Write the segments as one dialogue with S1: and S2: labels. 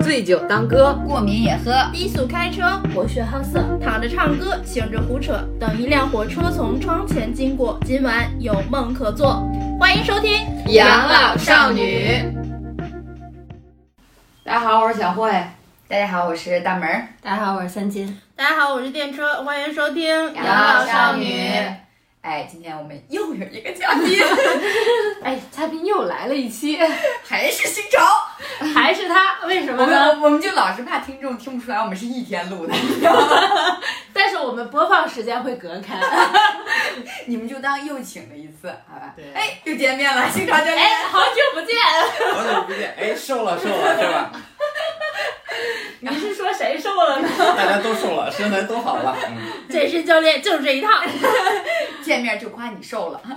S1: 醉酒当歌，
S2: 过敏也喝。
S3: 低速开车，博学好色，躺着唱歌，醒着胡扯。等一辆火车从窗前经过，今晚有梦可做。欢迎收听《
S1: 养老少女》。大家好，我是小慧。
S2: 大家好，我是大门儿。
S4: 大家好，我是三金。
S3: 大家好，我是电车，欢迎收听《
S2: 养
S3: 老
S2: 老
S3: 少
S2: 少
S3: 女
S2: 女》。哎，今天我们又有一个嘉宾，
S4: 哎，嘉宾又来了一期，
S2: 还是新潮。
S4: 还是他，为什
S2: 我
S4: 么呢？
S2: 们我们就老是怕听众听不出来我们是一天录的，
S4: 但是我们播放时间会隔开。
S2: 你们就当又请了一次，好吧？
S5: 对
S2: 哎，又见面了，新潮教练。
S4: 哎，好久不见，
S5: 好久不见，哎，瘦了瘦了是吧？
S4: 你是说谁瘦了呢？
S5: 大家都瘦了，身材都好了。嗯，
S3: 健身教练就是这一套。
S2: 见面就夸你瘦了。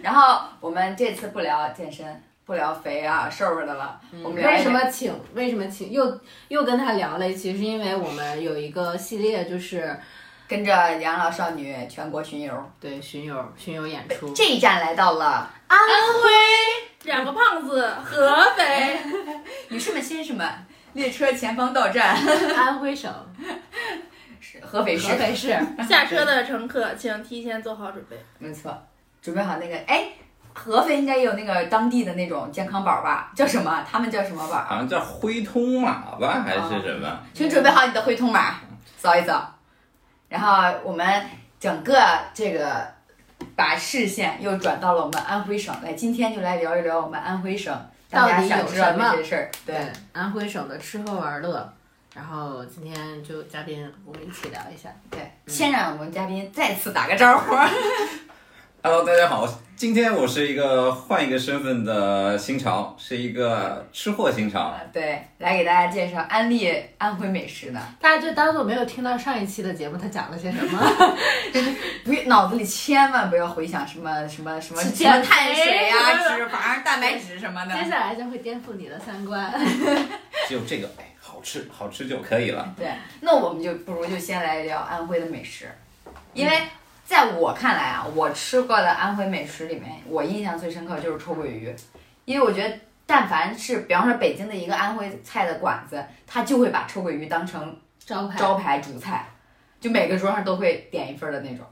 S2: 然后我们这次不聊健身，不聊肥啊瘦瘦的了，我们聊一
S4: 为
S2: 聊
S4: 什么请？为什么请？又又跟他聊了一期，是因为我们有一个系列，就是
S2: 跟着养老少女全国巡游？
S4: 对巡游巡游演出。
S2: 这一站来到了
S3: 安徽两个胖子，合肥
S2: 女士们、先生们，列车前方到站，
S4: 安徽省
S2: 是 合肥市，
S4: 合肥市，
S3: 下车的乘客，请提前做好准备。
S2: 没错，准备好那个，哎，合肥应该也有那个当地的那种健康宝吧？叫什么？他们叫什么宝？
S5: 好像叫灰通马吧，还是什么？
S2: 请准备好你的汇通码，扫一扫。然后我们整个这个把视线又转到了我们安徽省来，今天就来聊一聊我们安徽省大家想知道的这些事儿。对，
S4: 对安徽省的吃喝玩乐。然后今天就嘉宾我们一起聊一下。
S2: 对，先让我们嘉宾再次打个招呼。
S5: Hello，大家好，今天我是一个换一个身份的新潮，是一个吃货新潮。
S2: 对，来给大家介绍安利安徽美食的，
S4: 大家就当做没有听到上一期的节目，他讲了些什么。
S2: 不脑子里千万不要回想什么什么什么什
S4: 减
S2: 么碳水啊呀、
S4: 肥
S2: 脂肪、蛋白质 什么 的。
S4: 接下来将会颠覆你的三观。
S5: 只有这个，哎，好吃，好吃就可以了。
S2: 对，那我们就不如就先来聊安徽的美食，因为在我看来啊，我吃过的安徽美食里面，我印象最深刻就是臭鳜鱼，因为我觉得但凡是比方说北京的一个安徽菜的馆子，他就会把臭鳜鱼当成
S4: 招牌
S2: 招牌主菜，就每个桌上都会点一份的那种。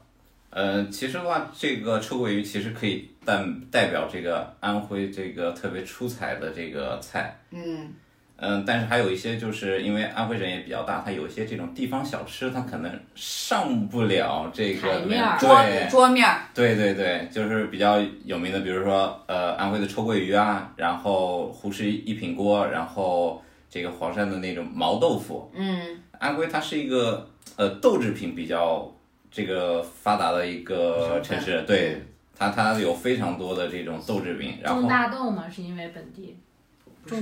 S5: 呃，其实的话，这个臭鳜鱼其实可以代代表这个安徽这个特别出彩的这个菜。
S2: 嗯，
S5: 嗯，但是还有一些，就是因为安徽人也比较大，他有一些这种地方小吃，他可能上不了这
S4: 台
S5: 个
S4: 面儿
S2: 桌
S5: 对
S2: 桌面儿，
S5: 对对对，就是比较有名的，比如说呃，安徽的臭鳜鱼啊，然后胡氏一品锅，然后这个黄山的那种毛豆腐。
S2: 嗯，
S5: 安徽它是一个呃豆制品比较这个发达的一个城市，对
S2: 嗯
S5: 它它有非常多的这种豆制品，然
S4: 种
S5: 后
S4: 大豆吗？是因为本地
S2: 是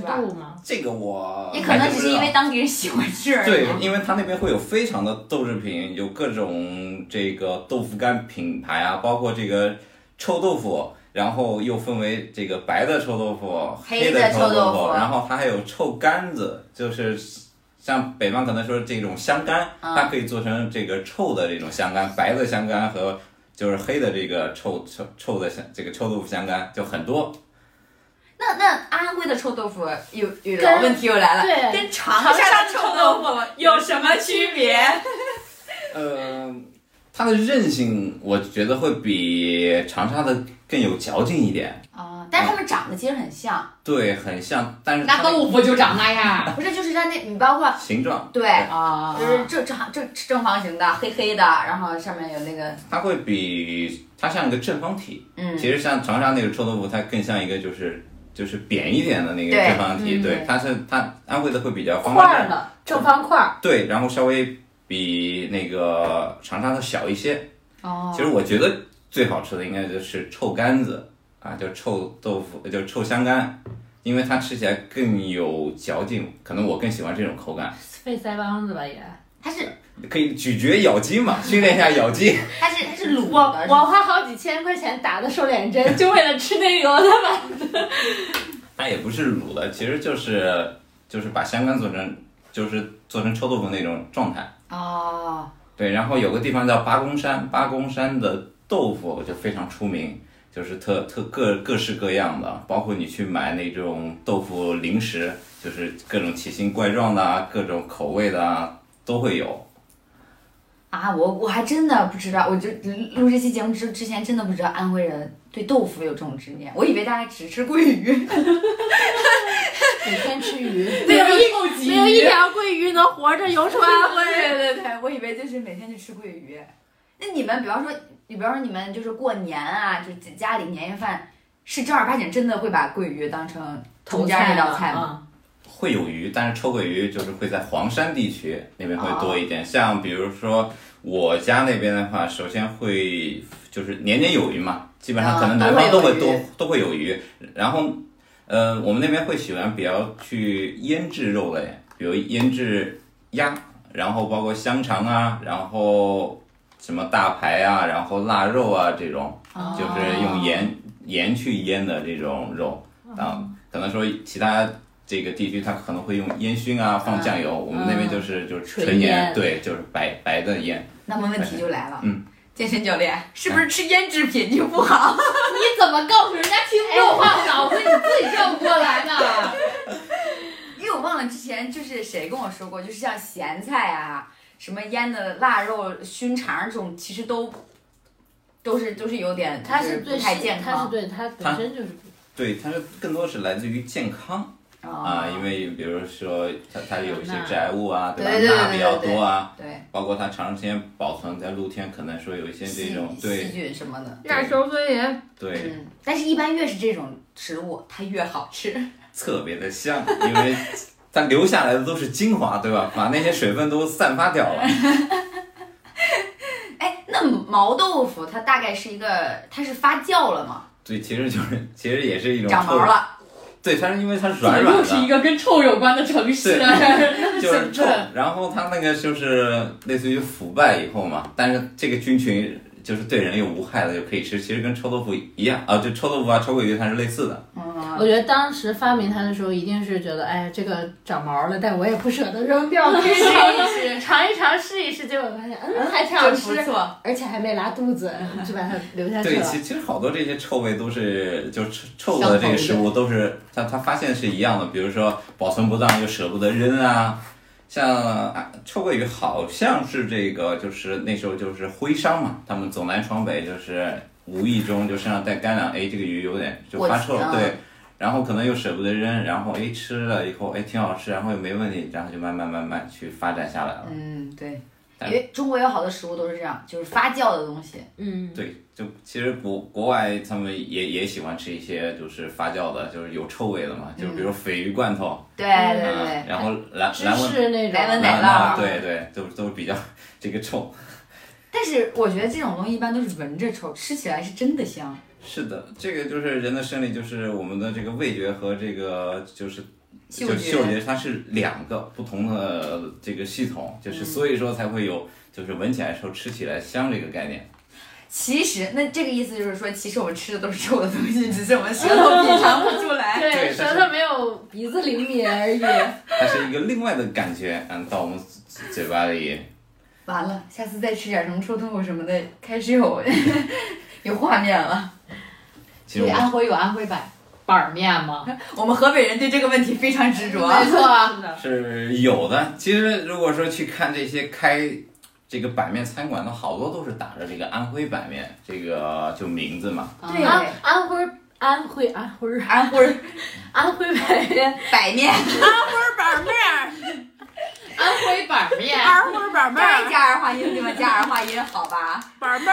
S4: 种
S2: 吧
S4: 豆吗？
S5: 这个我
S2: 也可能
S5: 还
S2: 只
S5: 不
S2: 是
S5: 知
S2: 因
S5: 道
S2: 为当地人喜欢吃而已。
S5: 对，因为它那边会有非常的豆制品，有各种这个豆腐干品牌啊，包括这个臭豆腐，然后又分为这个白的臭豆腐、
S2: 黑的
S5: 的臭
S2: 臭豆
S5: 腐，
S2: 腐
S5: 然后它还有臭干子，就是像北方可能说这种香干，
S2: 嗯
S5: 它可以做成这个臭的这种香干，白的香干和就是黑的这个臭臭臭的香这个臭豆腐香干就很多。
S2: 那那安徽的臭豆腐有有
S4: 跟
S2: 老问题又来了，
S4: 对
S2: 跟长沙的臭豆腐有什么区别？
S5: 呃，它的韧性我觉得会比长沙的更有嚼劲一点。
S2: 啊，但是他们长得其实很像，
S5: 对，很像，但是它的
S4: 腐就长那样。
S2: 不是就是它那你包括
S5: 形状，
S2: 对，
S4: 啊，
S2: 就是正正正正方形的黑黑的，然后上面有那个
S5: 它会比它像一个正方体。
S2: 嗯
S5: 其实像长沙那个臭豆腐，它更像一个就是就是扁一点的那个
S2: 对
S5: 正方体。
S4: 嗯
S5: 对，它是它安徽的会比较方
S4: 块
S5: 方
S4: 儿
S5: 正正。
S4: 的正方块儿，
S5: 对，然后稍微比那个长沙的小一些。
S2: 哦
S5: 其实我觉得最好吃的应该就是臭干子啊，就臭豆腐，就臭香干。因为它吃起来更有嚼劲，可能我更喜欢这种口感，
S4: 费腮帮子吧也。
S2: 它是
S5: 可以咀嚼咬肌嘛，训练一下咬肌。
S2: 它是它是卤
S4: 我
S2: 的，
S4: 我花好几千块钱打的瘦脸针，就为了吃那 个的吧。
S5: 它也不是卤的，其实就是就是把香干做成就是做成臭豆腐那种状态。
S2: 哦，
S5: 对，然后有个地方叫八公山，八公山的豆腐就非常出名。就是特特各各式各样的，包括你去买那种豆腐零食，就是各种奇形怪状的啊，各种口味的啊，都会有。
S2: 啊，我我还真的不知道，我就录这期节目之之前真的不知道安徽人对豆腐有这种执念，我以为大家只吃桂鱼。
S4: 每天吃鱼，
S3: 没有一
S4: 臭鲫
S3: 没有一 条桂鱼能活着游出安徽。
S2: 对对对，我以为就是每天去吃桂鱼。那你们比方说，你比方说你们就是过年啊，就家里年夜饭是正儿八经真的会把桂鱼当成中间那道菜吗？
S4: 吗？
S5: 会有鱼，但是臭鳜鱼就是会在黄山地区那边会多一点。像比如说我家那边的话，首先会就是年年有余嘛，基本上可能南方
S2: 都
S5: 都
S2: 会有
S5: 会
S2: 鱼
S5: 多都会有鱼。然后，呃，我们那边会喜欢比较去腌制肉类，比如腌制鸭，然后包括香肠啊，然后什么大排啊，然后腊肉啊这种。
S4: 嗯
S2: 啊
S5: 就是用盐盐去腌的这种肉啊，可能说其他这个地区它可能会用烟熏啊，放酱油，
S2: 嗯
S5: 我们那边就是就是
S4: 纯
S5: 纯
S4: 腌
S5: 盐，对，就是白白的腌。
S2: 那么问题就来了，
S5: 嗯，哎
S2: 健身教练是不是吃腌制品就不好？
S3: 你怎么告诉人家听不
S4: 哎
S3: 懂话，脑子你自己转不过 来呢？
S2: 因为我忘了之前就是谁跟我说过，就是像咸菜啊、什么腌的腊肉、熏肠这种，其实都都是都是有点，
S4: 它
S2: 就是
S4: 是
S2: 不
S4: 对
S2: 太健
S4: 它是
S2: 康
S4: 对它本身就是
S5: 对，它是更多是来自于健康
S2: 哦
S5: 啊，因为比如说它它有一些致癌物啊，
S2: 对
S5: 吧？
S2: 对对
S5: 钠比较
S2: 对对
S5: 多啊，
S2: 对
S5: 包括它长时间保存在露天，可能说有一些这种
S2: 细细
S5: 对
S2: 菌什么的。
S3: 亚硝酸盐，
S5: 对
S2: 嗯，但是一般越是这种食物，它越好吃。
S5: 特别的香，因为它留下来的都是精华，对吧？把那些水分都散发掉了。
S2: 哎，那毛豆腐它大概是一个，它是发酵了吗？
S5: 对，其实就是其实也是一种
S2: 长毛
S5: 臭
S2: 了，
S5: 对，它是因为它软软的，
S3: 个跟臭有关的城
S5: 市
S4: 啊
S5: 对就
S3: 小
S5: 是 臭
S3: 镇。
S5: 然后它那个就是类似于腐败以后嘛，但是这个菌群就是对人又无害的，就可以吃。其实跟臭豆腐一样啊，就臭豆腐啊、臭鳜鱼它是类似的。
S2: 嗯，
S4: 我觉得当时发明它的时候，一定是觉得，哎，这个长毛了，但我也不舍得扔 掉，可以试一试，尝一尝，试一试。结果发现，嗯，还挺好
S2: 真不
S4: 吃，
S2: 错。
S4: 而且还没拉 肚子，就把它留下去
S5: 对，
S4: 了。
S5: 其其实好多这些臭味都是就臭臭的这个食物都是它它发现是一样的，比如说保存不当又舍不得扔啊。像啊臭鳜鱼好像是这个，就是那时候就是徽商嘛，他们走南闯北，就是无意中就身上带干粮，哎，这个鱼有点就发臭
S2: 过期
S4: 啊
S5: 了，
S2: 了
S5: 对，然后可能又舍不得扔，然后哎吃了以后哎挺好吃，然后又没问题，然后就慢慢慢慢去发展下来了。
S2: 嗯，对，因
S5: 但
S2: 为中国有好多食物都是这样，就是发酵的东西。
S4: 嗯，
S5: 对，就其实国国外他们也也喜欢吃一些就是发酵的，就是有臭味的嘛，就比如鲱鱼罐头，
S2: 对嗯对
S5: 嗯
S2: 对，
S5: 然后蓝
S4: 芝
S5: 蓝纹
S4: 士那种
S2: 莱文奶
S5: 蓝
S2: 酪
S5: 蓝对对，都都比较这个臭。
S2: 但是我觉得这种东西一般都是闻着臭，吃起来是真的香。
S5: 是的，这个就是人的生理，就是我们的这个味觉和这个就是
S2: 嗅
S5: 就
S2: 觉
S5: 嗅觉，它是两个不同的这个系统，就是所以说才会有就是闻起来臭，吃起来香这个概念。
S2: 其实，那这个意思就是说，其实我们吃的都是臭的东西，只是我们舌头品尝不出来。
S3: 对，
S5: 对
S3: 舌
S5: 但是
S3: 头没有鼻子灵敏而 已。
S5: 它是一个另外的感觉，嗯，到我们嘴嘴巴里。
S2: 完了，下次再吃点什么臭豆腐什么的，开始有 有画面了。
S5: 其实
S1: 对，
S5: 我
S1: 安徽有安徽板板面吗？
S2: 我们河北人对这个问题非常执着。啊
S1: 没
S4: 啊
S1: 错，
S5: 是有的。其实如果说去看这些开这个板面餐馆的，好多都是打着这个安徽板面这个就名字嘛。
S2: 对
S4: 安安徽安徽安徽
S2: 安徽
S4: 安徽白人，
S2: 白 面，
S3: 板面，
S1: 安徽板面，
S3: 安徽板
S2: 该，加儿化音地方加儿化音，好 吧？
S3: 板面，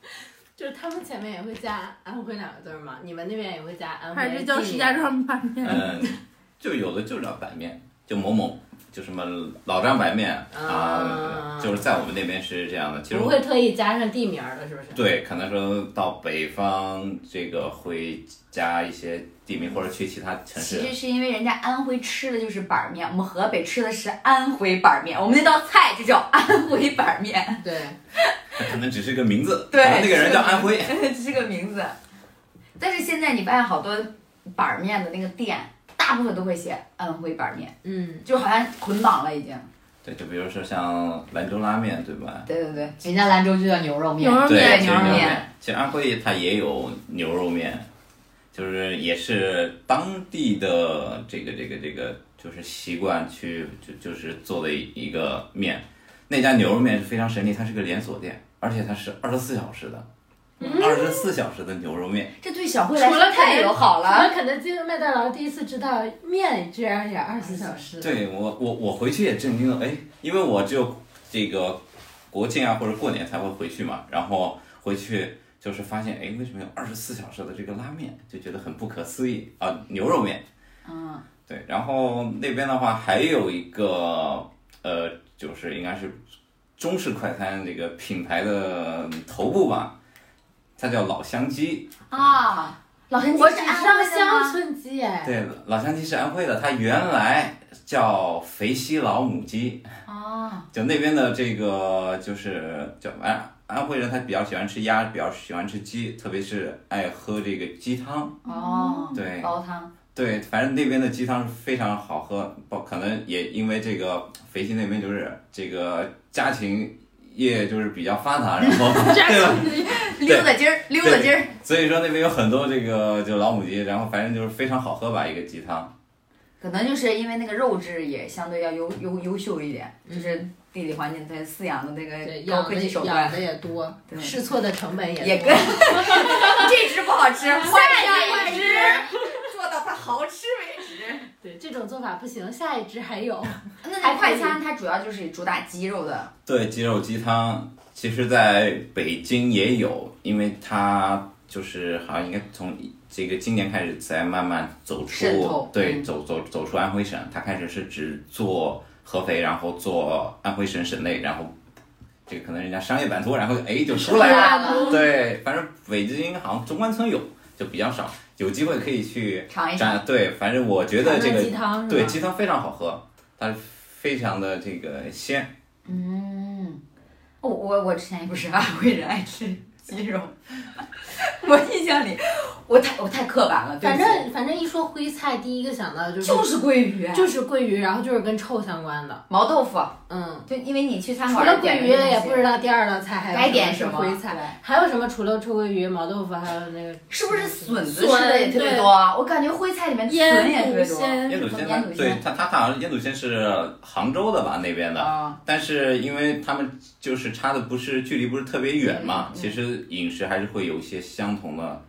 S4: 就是他们前面也会加安徽两个字儿嘛，你们那边也会加安徽。
S3: 还是叫石家庄板面？
S5: 嗯，就有的就叫板面，就某某，就什么老张板面啊
S4: 啊，
S5: 就是在我们那边是这样的。其实
S4: 不会特意加上地名儿的，是不是？
S5: 对，可能说到北方这个会加一些地名，或者去其他城市
S2: 其。实是因为人家安徽吃的就是板儿面，我们河北吃的是安徽板儿面，我们那道菜就叫安徽板儿面，
S4: 对，
S5: 它可能只是个名字，
S2: 对
S5: 可啊能那个人叫安徽。
S2: 只 是个名字。但是现在你发现好多板儿面的那个店，大部分都会写安徽板儿面，
S4: 嗯，
S2: 就好像捆绑了已经。
S5: 对，就比如说像兰州拉面，对吧？
S2: 对对对，
S1: 人家兰州就叫牛肉面
S3: 牛，肉
S5: 对，
S3: 面
S5: 其
S2: 牛
S5: 实
S2: 肉
S5: 牛肉
S2: 面
S5: 面，其实安徽它也有牛肉面，就是也是当地的这个这个这个就是习惯去就就是做的一个面。那家牛肉面是非常神奇，它是个连锁店，而且它是二十四小时的，二十四小时的牛肉面。
S2: 这对小慧来说
S4: 看
S2: 太友好
S4: 除
S2: 了。
S4: 了肯德基和麦当劳，第一次知道面居然也二十四小时。
S5: 对我我我回去也震惊了，哎，因为我只有这个国庆啊或者过年才会回去嘛，然后回去就是发现，哎，为什么有二十四小时的这个拉面，就觉得很不可思议啊、牛肉面，
S2: 嗯，
S5: 对，然后那边的话还有一个呃，就是应该是中式快餐这个品牌的头部吧，它叫老乡鸡，
S2: 啊，
S4: 老乡鸡
S2: 我
S4: 是
S2: 是安
S4: 上
S2: 徽的吗
S4: 乡村鸡哎，
S5: 对，老乡鸡是安徽的，它原来叫肥西老母鸡。
S2: 哦，
S5: 就那边的这个就是叫安安徽人，他比较喜欢吃鸭，比较喜欢吃鸡，特别是爱喝这个鸡汤。
S2: 哦，
S5: 对
S2: 煲汤，
S5: 对，反正那边的鸡汤是非常好喝，不可能也因为这个肥西那边就是这个家庭业就是比较发达，然后对吧？
S2: 溜达筋儿，溜达筋儿，
S5: 所以说那边有很多这个就老母鸡，然后反正就是非常好喝吧，一个鸡汤。
S2: 可能就是因为那个肉质也相对要优优优秀一点，就是地理环境它饲养的那
S4: 对，
S2: 个高
S4: 养
S2: 科
S4: 的
S2: 技手
S4: 养
S2: 段
S4: 的也多，
S2: 对
S4: 试错的成本也
S2: 也
S4: 多
S2: 跟 这只不好吃，换
S4: 下
S2: 下
S4: 一
S2: 一
S4: 只
S2: 只， 做到它好吃为止。
S4: 对这种做法不行，下一只还 有。
S2: 那
S4: 还
S2: 它
S4: 可
S2: 快
S4: 以
S2: 餐它主要就是主打鸡肉的，
S5: 对，鸡肉鸡汤，其实在北京也有，因为它就是好像应该从这个今年开始才慢慢走
S2: 渗透
S5: 出，对，走走走出安徽省，它开始是只做合肥，然后做安徽省省内，然后这个可能人家商业版图，然后哎就出来 了。
S2: 吧
S4: 啊
S5: 对，反正北京好像中关村有，就比较少，有机会可以去
S2: 尝一尝。
S5: 沾。对，反正我觉得这个
S4: 鸡汤是
S5: 对
S4: 吧？
S5: 鸡汤非常好喝，它非常的这个鲜。
S2: 嗯，我我我之前也不是安徽人，爱吃鸡肉。 我印象里，我太我太刻板了，对
S4: 反
S2: 不起
S4: 正反正一说徽菜，第一个想到就是
S2: 就是鲑鱼，
S4: 就是桂鱼，然后就是跟臭相关的，
S2: 毛豆腐，
S4: 嗯。
S2: 就因为你去餐
S4: 除
S2: 馆
S4: 了桂鱼，
S2: 点的那些
S4: 也不知道第二道菜还有
S2: 该点
S4: 什
S2: 什
S4: 么
S2: 么
S4: 是徽菜，还有什么？除了臭鳜鱼、毛豆腐，还有 那个
S2: 是不是笋子
S3: 笋
S2: 吃的也特别
S3: 对
S2: 多啊？我感觉徽菜里面笋也特别多。
S5: 腌笃鲜
S2: 腌
S5: 呢
S2: 笃，鲜
S5: 对它它它好像腌笃鲜是杭州的吧那边的，
S2: 啊，
S5: 但是因为他们就是差的不是距离不是特别远嘛，
S2: 嗯
S5: 其实饮食还是会有一些相同的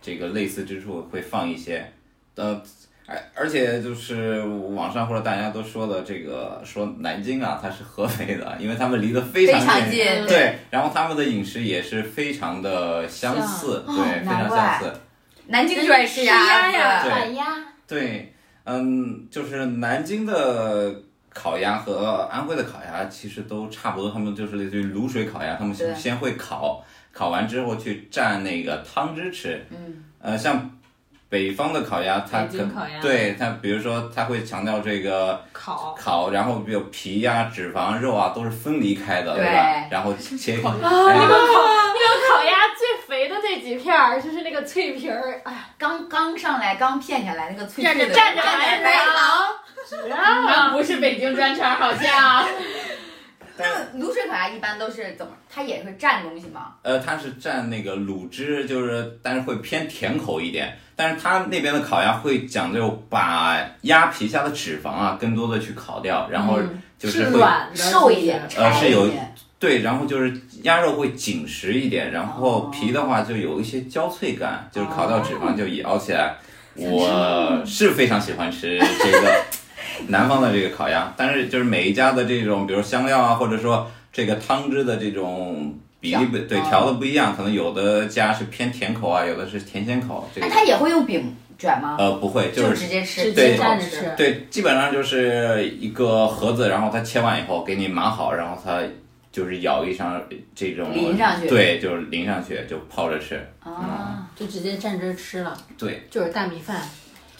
S5: 这个类似之处，会放一些，呃，而而且就是网上或者大家都说的这个说南京啊，它是合肥的，因为他们离得非
S2: 非
S5: 常
S2: 常近，
S4: 对
S5: 对，然后他们的饮食也是非常的相似，
S2: 像哦
S5: 对，非常
S2: 难
S5: 相
S2: 怪
S5: 似。
S2: 南京就爱吃鸭
S4: 呀、
S5: 对
S4: 板鸭，
S5: 对，嗯，就是南京的烤鸭和安徽的烤鸭其实都差不多，他们就是类似于卤水烤鸭，他们
S2: 对
S5: 先先会烤，烤完之后去蘸那个汤汁吃。
S2: 嗯，
S5: 呃，像北方的烤鸭，它
S4: 北
S5: 可
S4: 京烤鸭
S5: 对它，比如说它会强调这个
S4: 烤
S5: 烤，然后有皮呀、脂肪、肉啊都是分离开的，对吧
S2: 对？
S5: 然后 切。
S4: 啊，那
S5: 哎
S4: 个烤那个烤鸭最肥的那几片儿，就是那个脆皮儿，哎呀，
S2: 刚刚上来刚片下来那个脆
S4: 蘸
S2: 脆
S4: 着
S2: 的，
S4: 蘸着啊
S2: 蘸
S4: 白
S2: 白
S4: 糖
S2: 糖。
S4: 值
S1: 你们
S4: 啊！
S1: 不是北京专场，好像
S2: 那卤水烤鸭一般都是怎么？它也会蘸东西吗？
S5: 呃，它是蘸那个卤汁，就是但是会偏甜口一点。但是它那边的烤鸭会讲究把鸭皮下的脂肪啊，更多的去烤掉，然后就是会、
S4: 软的，
S2: 瘦一点，
S4: 其
S5: 呃
S2: 柴
S5: 是有
S2: 一点，
S5: 对，然后就是鸭肉会紧实一点，然后
S2: 哦
S5: 皮的话就有一些焦脆感，就是烤到脂肪就咬起来。我是非常喜欢吃这个 南方的这个烤鸭，但是就是每一家的这种，比如香料啊，或者说这个汤汁的这种比例不
S2: 哦
S5: 对调的不一样，可能有的家是偏甜口啊，有的是甜鲜口。这个
S2: 那它也会用饼卷吗？
S5: 呃不会，
S2: 就
S5: 就是
S2: 直接吃，
S4: 实直
S5: 对
S4: 接
S2: 就
S4: 蘸
S2: 好
S4: 着
S2: 吃。
S4: 吃。
S5: 对，基本上就是一个盒子，然后它切完以后给你码好，然后它就是舀一上这种
S2: 淋上去
S5: 对，就是淋上去就泡着吃。嗯
S2: 啊，
S4: 就直接蘸汁吃了，
S5: 对，
S4: 就是大米饭。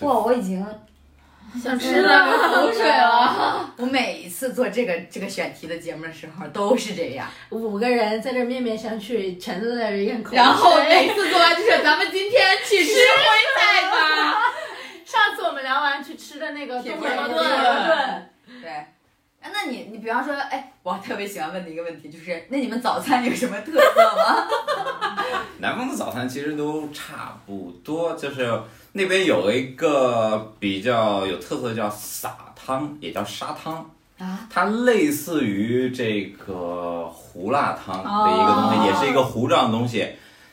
S2: 哇，我已经，
S3: 想啊
S1: 吃
S4: 嗯
S1: 了口水了。
S2: 我每一次做这个这个选题的节目的时候都是这样，
S4: 五个人在这面面相觑，全都在这咽口水。
S1: 然后每次做完就是咱们今天去吃徽菜吧。
S4: 上次我们聊完去吃的那个
S1: 铁
S4: 炖
S1: 锅
S4: 火
S1: 炖
S4: 锅炖，
S2: 对。啊那那你你比方说，哎，我特别喜欢问的一个问题就是，那你们早餐有什么特色吗？
S5: 南方的早餐其实都差不多，就是那边有一个比较有特色叫撒汤，也叫沙汤。
S2: 啊，
S5: 它类似于这个胡辣汤的一个东西，
S2: 哦
S5: 也是一个糊状的东西，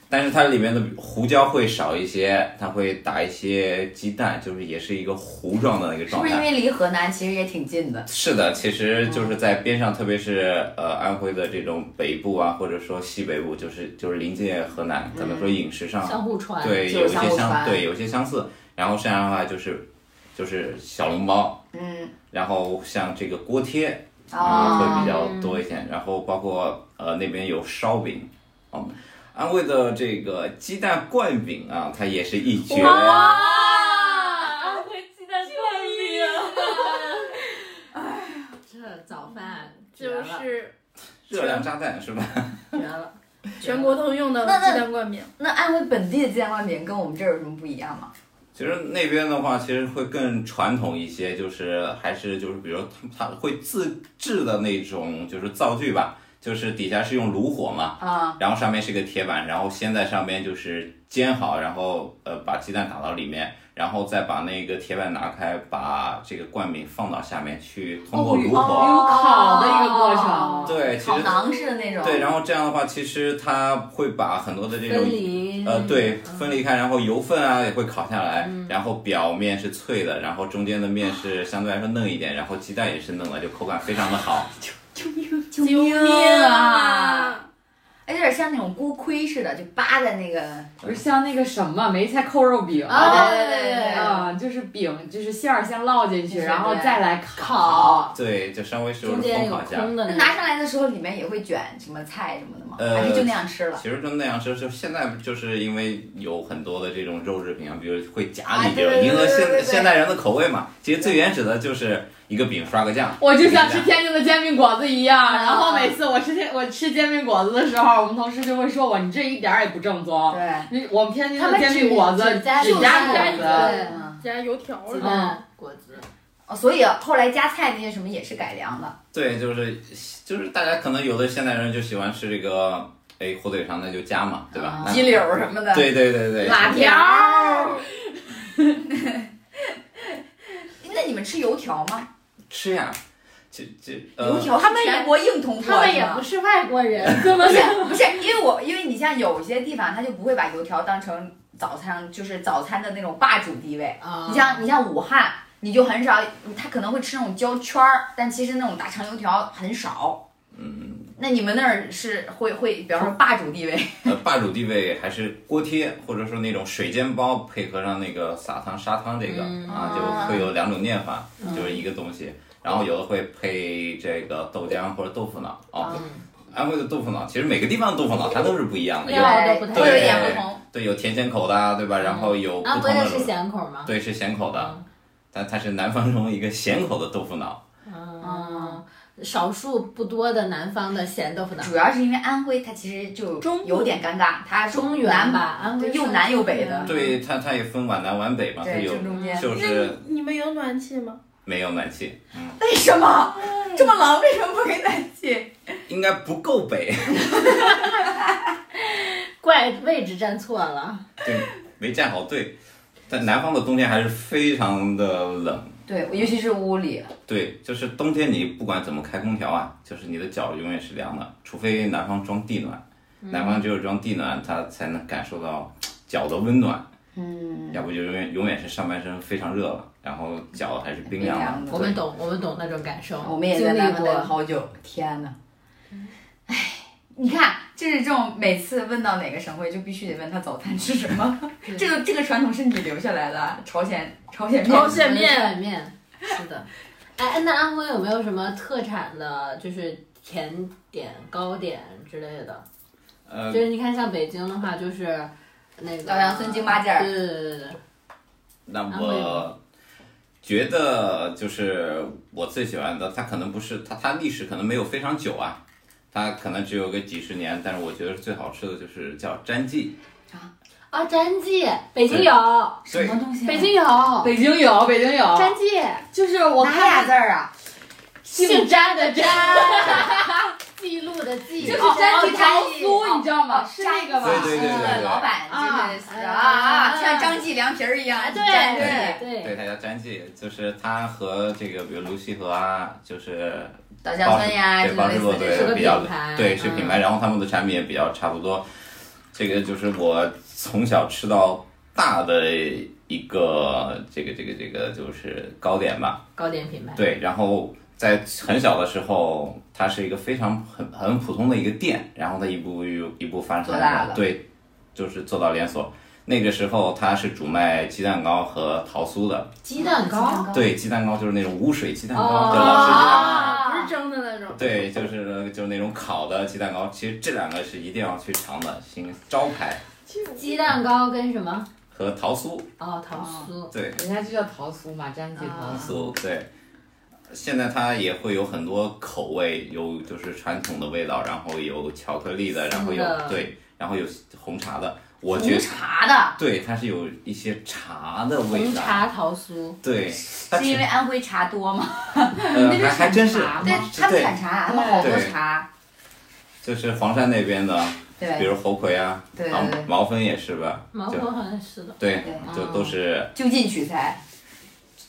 S5: 但是它里面的胡椒会少一些，它会打一些鸡蛋，就是也是一个糊状的一个
S2: 是
S5: 状
S2: 不
S5: 态。
S2: 是因为离河南其实也挺近的？
S5: 是的，其实就是在边上，特别是呃安徽的这种北部啊，或者说西北部，就是就是临近河南，可
S2: 嗯
S5: 能说饮食上、
S4: 相互传。
S5: 对
S2: 就
S5: 有一
S2: 是相
S5: 些
S2: 互
S5: 相
S2: 传
S5: 对有一些相似。然后剩下的话就是就是小笼包，
S2: 嗯，
S5: 然后像这个锅贴啊、
S2: 哦，
S5: 会比较多一些，然后包括呃那边有烧饼，嗯，安徽的这个鸡蛋灌饼啊，它也是一绝。
S3: 啊
S4: 安徽鸡蛋灌饼。这早饭绝
S3: 就
S4: 了，
S3: 是
S5: 热量炸弹是吧？
S4: 绝了。
S3: 全国通用的
S2: 那那
S3: 鸡蛋灌饼。
S2: 那安徽本地的鸡蛋灌饼跟我们这儿有什么不一样吗？
S5: 其实那边的话，其实会更传统一些，就是还是就是，比如他他会自制的那种就是灶具吧，就是底下是用炉火嘛，
S2: 啊，
S5: 然后上面是个铁板，然后先在上面就是煎好，然后呃把鸡蛋打到里面，然后再把那个铁板拿开，把这个灌饼放到下面去，通
S4: 哦
S5: 过炉
S4: 有
S5: 火。
S4: 烤的一个过程
S5: 对，其
S2: 烤
S5: 实
S2: 馕似的那种。
S5: 对，然后这样的话，其实它会把很多的这种
S4: 分离。嗯
S5: 呃，对，分离开，然后油分啊也会烤下来，然后表面是脆的，然后中间的面是相对来说嫩一点，然后鸡蛋也是嫩的，就口感非常的好。
S2: 救
S3: 救
S2: 命啊！
S3: 啊！
S2: 哎，有点像那种锅盔似的，就扒在那个
S6: 不是像那个什么梅菜扣肉饼
S4: 啊
S2: 哦对对对对对
S6: 啊就是饼，就是馅儿先烙进去，
S2: 对
S6: 然后再来烤。
S4: 烤，
S5: 对，就稍微是
S4: 中
S5: 烘
S4: 间有
S5: 烤一下。
S4: 空的
S2: 那
S4: 那
S2: 拿上来的时候，里面也会卷什么菜什么的吗？
S5: 呃
S2: 还是就那样吃了？
S5: 其实就那样吃，就现在就是因为有很多的这种肉制品啊，比如会夹
S2: 啊
S5: 你，比
S2: 对
S5: 如
S2: 对对
S5: 迎合
S2: 对对对
S5: 现
S2: 对
S5: 现代人的口味嘛。其实最原始的就是一个饼刷 个酱，
S6: 我就像吃天津的煎饼果子一样，然后每次我吃天我吃煎饼果子的时候，我们同事就会说我你这一点儿也不正宗。
S2: 对，
S6: 你我们天津
S4: 他
S6: 的
S4: 们
S6: 煎饼果子
S4: 只加
S6: 只加
S3: 果
S6: 果
S3: 子
S6: 子，
S4: 对
S2: 嗯
S3: 加油条
S4: 鸡
S3: 了，
S4: 蛋果子，
S2: 哦，所以后来加菜那些什么也是改良的。
S5: 对，就是就是大家可能有的现代人就喜欢吃这个，哎，火腿肠那就加嘛，对吧？那
S2: 啊鸡柳儿什么的。
S5: 嗯对对对对，
S6: 辣条儿。
S2: 那你们吃油条吗？
S5: 吃呀，就就呃，
S2: 油条是
S4: 他们也
S2: 全国硬通过
S4: 他们也
S2: 是吗
S4: 不是外国人，怎么
S2: 不是不是，因为我因为你像有些地方他就不会把油条当成早餐，就是早餐的那种霸主地位。
S4: 啊
S2: 你像你像武汉，你就很少，他可能会吃那种焦圈儿，但其实那种大肠油条很少。嗯，那你们那儿是会会，比方说霸主地位，
S5: 呃，霸主地位还是锅贴，或者说那种水煎包，配合上那个撒糖砂汤这个、啊，就会有两种念法，就是一个东西。然后有的会配这个豆浆或者豆腐脑
S4: 啊嗯
S5: 哦，安徽的豆腐脑其实每个地方的豆腐脑它都是不一样的，有
S4: 料都不太
S2: 会有一点不同。
S5: 对有甜咸口的啊，对吧？然后有不
S4: 嗯安
S5: 同
S4: 徽
S5: 的
S4: 的是咸口吗？
S5: 对是咸口的，但它是南方中一个咸口的豆腐脑。
S4: 嗯，少数不多的南方的咸豆腐脑，
S2: 主要是因为安徽它其实就
S3: 中部
S2: 有点尴尬，它是
S4: 中原
S2: 南
S4: 吧，安徽
S2: 对
S4: 是
S2: 又南又北
S4: 嗯
S2: 的
S5: 对它它也分皖南皖北啊嘛，它
S2: 对
S5: 有
S2: 正中间。
S5: 就
S3: 那
S5: 是
S3: 你你们有暖气吗？
S5: 没有暖气，
S2: 为什么这么冷？为什么不给暖气？
S5: 应该不够北。
S4: 怪位置站错了。
S5: 对，没站好队。在南方的冬天还是非常的冷，
S2: 对，尤其是屋里，
S5: 对，就是冬天你不管怎么开空调啊，就是你的脚永远是凉的，除非南方装地暖，南方只有装地暖，它才能感受到脚的温暖，嗯，要不就永远永远是上半身非常热了，然后脚还是冰凉
S2: 冰凉的
S5: 的。
S4: 我们懂，我们懂那种感受，
S2: 我们也
S4: 经
S2: 在南
S4: 历
S2: 方待了
S4: 过。
S2: 好久。天呐，哎，你看，就是这种每次问到哪个省会，就必须得问他早餐吃什 么。这个这个传统是你留下来的啊，朝鲜朝鲜面。
S3: 朝鲜面
S4: 面面，是的。哎，那安徽有没有什么特产的，就是甜点、糕点之类的？
S5: 呃
S4: 就，是你看，像北京的话，就是那个
S2: 老洋葱京八件儿
S4: 对对对对对。
S5: 那
S4: 安徽
S5: 我觉得就是我最喜欢的，它可能不是它，它历史可能没有非常久啊，它可能只有个几十年，但是我觉得最好吃的就是叫詹记，
S4: 啊，詹记，北京有，
S2: 什
S5: 对
S2: 么，东西啊？
S4: 北京有，
S6: 北京有，北京有，
S4: 詹记，
S6: 就是我
S2: 哪俩
S6: 看
S2: 字儿啊？
S4: 姓詹的詹，记录的记，
S1: 就是
S2: 哦
S1: 詹
S2: 哦
S1: 姆斯
S2: 詹
S1: 桃
S2: 记
S1: 酥，你知道吗？
S2: 哦
S1: 是那个吧？
S5: 对对对对
S2: 呃
S5: 对，
S2: 老板真的是
S4: 啊
S2: 啊啊，
S4: 啊
S2: 像张记凉皮儿一样
S4: 啊，，
S2: 沾着
S4: 对对
S2: 你
S5: 对，他叫詹记，就是他和这个比如卢溪河啊，就是
S2: 稻香
S5: 帮
S2: 村呀，
S5: 对，
S2: 就
S5: 帮
S2: 类
S5: 助
S2: 似
S5: 乐
S4: 是
S2: 这
S5: 队
S4: 个
S2: 种。
S5: 比较
S4: 品牌啊
S5: 对是品牌，然后他们的产品也比较差不多。这个就是我从小吃到大的一个这个这个这个就是糕点吧，
S4: 糕点品牌，
S5: 对，然后在很小的时候，它是一个非常很很普通的一个店，然后它一步一步一步发展
S2: 做大了
S5: 对，就是做到连锁。那个时候它是主卖鸡蛋糕和桃酥的，
S4: 鸡蛋
S2: 哦
S4: 糕，
S5: 对，鸡蛋糕就是那种无水鸡蛋糕，对老师知道
S4: 哦，
S5: 吗
S2: 啊
S3: 不是蒸的那种。
S5: 对，就是就是那种烤的鸡蛋糕，其实这两个是一定要去尝的，行招牌
S4: 鸡蛋糕跟什么？
S5: 和桃酥，
S4: 哦，桃酥，
S5: 对，
S6: 人家就叫桃酥嘛，詹记桃
S4: 啊
S6: 酥。
S5: 酥对。现在它也会有很多口味，有就是传统的味道，然后有巧克力的，然后有
S4: 是的
S5: 对，然后有红茶的。我觉
S2: 红
S5: 得
S2: 茶的，
S5: 对，它是有一些茶的味
S4: 红
S5: 道。
S4: 茶桃酥，
S5: 对，它
S2: 是因为安徽茶多吗？
S5: 呃还还真是
S2: 对，他们
S5: 对
S2: 产茶，他们好多
S5: 对
S2: 茶，
S5: 就是房山那边的，比
S2: 对，
S5: 如猴魁啊，
S2: 对
S5: 毛
S2: 对对
S5: 毛峰也是吧？
S4: 毛
S5: 就
S4: 婆好像是的，
S5: 对
S2: 对，嗯
S5: 就都是
S2: 就近取材，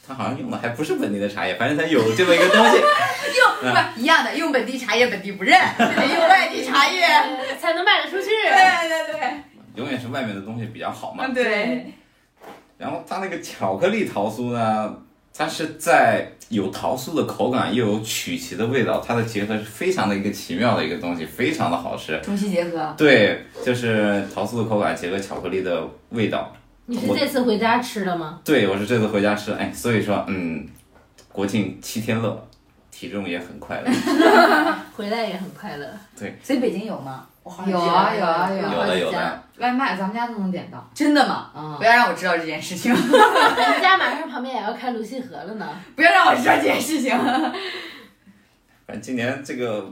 S5: 它好像用的还不是本地的茶叶，反正它有这么一个东西。
S2: 用不 是一样的，用本地茶叶本地不认，得用外地茶 叶。
S4: 哎才能卖得出去。
S2: 对对对，
S5: 永远是外面的东西比较好嘛。
S2: 对，
S5: 然后它那个巧克力桃酥呢，它是在有桃酥的口感，又有曲奇的味道，它的结合是非常的一个奇妙的一个东西，非常的好吃。
S2: 中西结合，
S5: 对，就是桃酥的口感结合巧克力的味道。
S4: 你是这次回家吃的吗？
S5: 对我是这次回家吃，哎，所以说，嗯，国庆七天乐，体重也很快乐。
S4: 回来也很快 乐。
S2: 所以北京有吗？我好像
S6: 有啊有啊有
S5: 有
S6: 啊，
S5: 的有
S4: 好
S5: 的，
S6: 外卖咱们家都能点到。
S2: 真的吗？
S6: 嗯
S2: 不，要让我知道这件事情，
S4: 咱们家马上旁边也要开泸溪河了呢。
S2: 不要让我知道这件 事情。
S5: 反正今年这个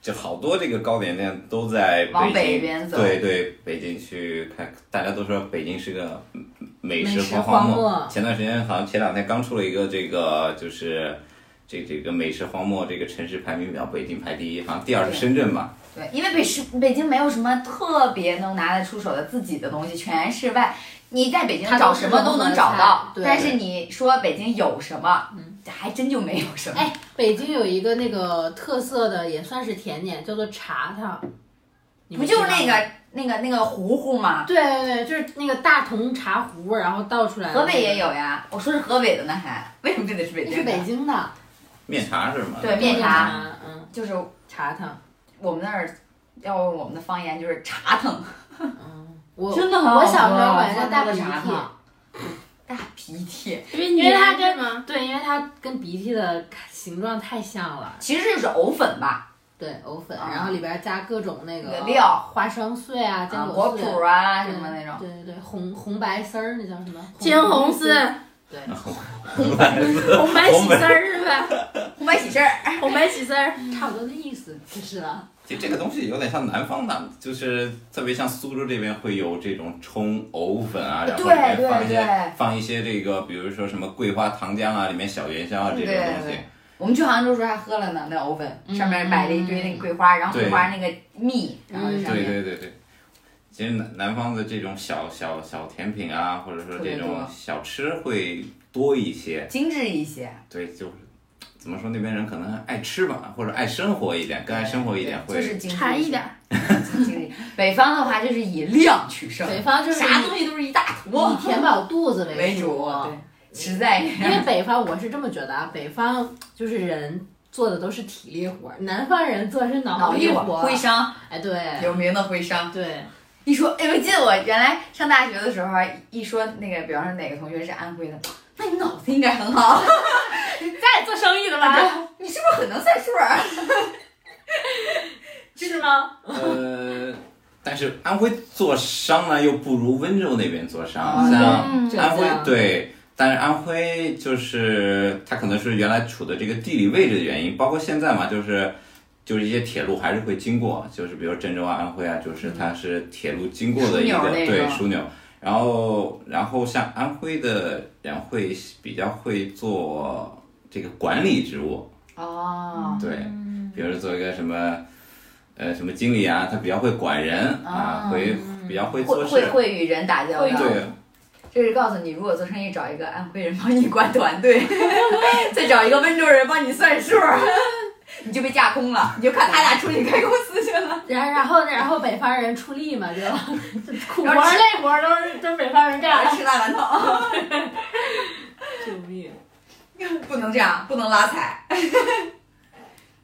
S5: 就好多这个糕点店都在北京
S2: 往北边走
S5: 对对，北京去看，大家都说北京是个嗯美
S4: 美
S5: 食
S4: 食
S5: 荒
S4: 荒
S5: 漠。
S4: 漠
S5: 前段时间好像前两天刚出了一个这个就是。这这个美食荒漠这个城市排名表，北京排第一，好像第二是深圳吧？
S2: 对，因为北市北京没有什么特别能拿得出手的自己的东西，全是外。你在北京
S4: 它
S2: 找
S4: 都是
S2: 什么都能找到
S4: 融合的菜，对嗯
S2: 但是你说北京有什么，还真就没有什么。
S4: 哎，北京有一个那个特色的，也算是甜点，叫做茶汤。你
S2: 不
S4: 们
S2: 就是
S4: 知道
S2: 那
S4: 吗？
S2: 个那个那个糊糊吗？
S4: 对对对，就是那个大铜茶壶，然后倒出来的那个。
S2: 河北也有呀，我说是河北的呢，还为什么非得是北
S4: 那
S2: 京
S4: 是
S2: 的？
S4: 北京的
S5: 面茶是吗？
S2: 对面茶，
S4: 嗯，
S2: 就是
S4: 茶汤。
S2: 我们那儿，要用我们的方言就是茶疼
S4: 我
S6: 真的
S4: 我小时候管它
S6: 它
S4: 叫大鼻
S6: 茶
S4: 涕，
S6: 汤，
S2: 大鼻涕，
S3: 因为
S4: 因为它
S3: 粘
S4: 跟
S3: 着嘛，
S4: 对，因为它跟鼻涕的形状太像了。
S2: 其实就是藕粉吧，
S4: 对，藕粉，
S2: 啊
S4: 然后里边加各种那
S2: 那
S4: 个
S2: 个料
S4: 花生碎啊，
S2: 啊，
S4: 坚
S2: 果
S4: 果碎
S2: 脯啊
S4: 对
S2: 什么那种，
S4: 对对对，红红白丝儿，那叫什么？
S3: 金红丝、
S4: 对，
S3: 红白喜丝儿是吧？
S2: 红白喜事儿。
S3: 红白喜丝儿，
S4: 差不多的意思就是了。
S5: 其实这个东西有点像南方的，就是特别像苏州这边会有这种冲藕粉啊，然后里
S2: 对对
S5: 面放一
S2: 对
S5: 些放一些这个，比如说什么桂花糖浆啊，里面小元宵啊这
S2: 对
S5: 种
S2: 对
S5: 东西
S2: 对。我们去杭州时候还喝了呢，那藕粉上面买了一堆那个桂花，然后桂花那个蜜，然后就上
S5: 对
S2: 面
S5: 对对对，其实南南方的这种小小小甜品啊，或者说
S2: 特别
S5: 这种
S2: 多
S5: 小吃会多一些。
S2: 精致一些。
S5: 对，就是怎么说那边人可能爱吃吧，或者爱生活一点，更爱生活一点
S2: 对
S5: 会。
S2: 就是精致
S3: 馋一点。
S2: 精致一点北方的话就是以量取胜，
S4: 北方就是
S2: 啥
S4: 以
S2: 东西都是一大坨
S4: 以填饱肚子
S2: 为
S4: 主啊
S2: 主，，对，实在
S4: 因为北方我是这么觉得啊，北方就是人做的都是体力活儿，南方人做的是
S2: 脑
S4: 力
S2: 力
S4: 活
S2: 活，
S4: 儿。
S2: 徽商。
S4: 哎，对
S2: 有名的徽商。
S4: 对，
S2: 一说，哎，我记得我原来上大学的时候，啊一说那个，比方说哪个同学是安徽的，那你脑子应该很 好，
S4: 家也做生意的吧？
S2: 你是不是很能算数啊？
S4: 是吗？
S5: 呃，但是安徽做商呢，又不如温州那边做商，
S2: 嗯
S5: 像。
S3: 嗯，
S5: 安徽
S4: 江
S5: 对，但是安徽就是它可能是原来处的这个地理位置的原因，包括现在嘛，就是就是一些铁路还是会经过，就是比如郑州啊、安徽啊，就是它是铁路经过的一个
S2: 枢纽那
S5: 对
S2: 种
S5: 枢纽。然后，然后像安徽的人会比较会做这个管理职务，
S2: 哦，
S5: 对，比如说做一个什么，呃，什么经理啊，他比较会管人啊，会比较会
S2: 会
S5: 做
S2: 会
S5: 事，
S2: 会与人打交道。
S5: 对，
S2: 这是告诉你，如果做生意找一个安徽人帮你管团队， 再找一个温州人帮你算数， 你就被架空了，你就看他俩出去开公司去 了。
S4: 然然后然后北方人出力 嘛，就就苦活
S2: 然后吃
S4: 累活都是都是北方人干。
S2: 吃大馒头，
S4: 救命！
S2: 不能这样，不能拉踩。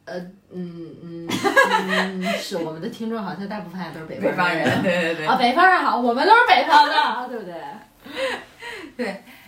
S4: 嗯嗯嗯， 是我们的听众好像大部分还都是北
S2: 北方
S4: 人
S2: 人，对对 对
S4: 啊，北方人好，我们都是北方的，对不对？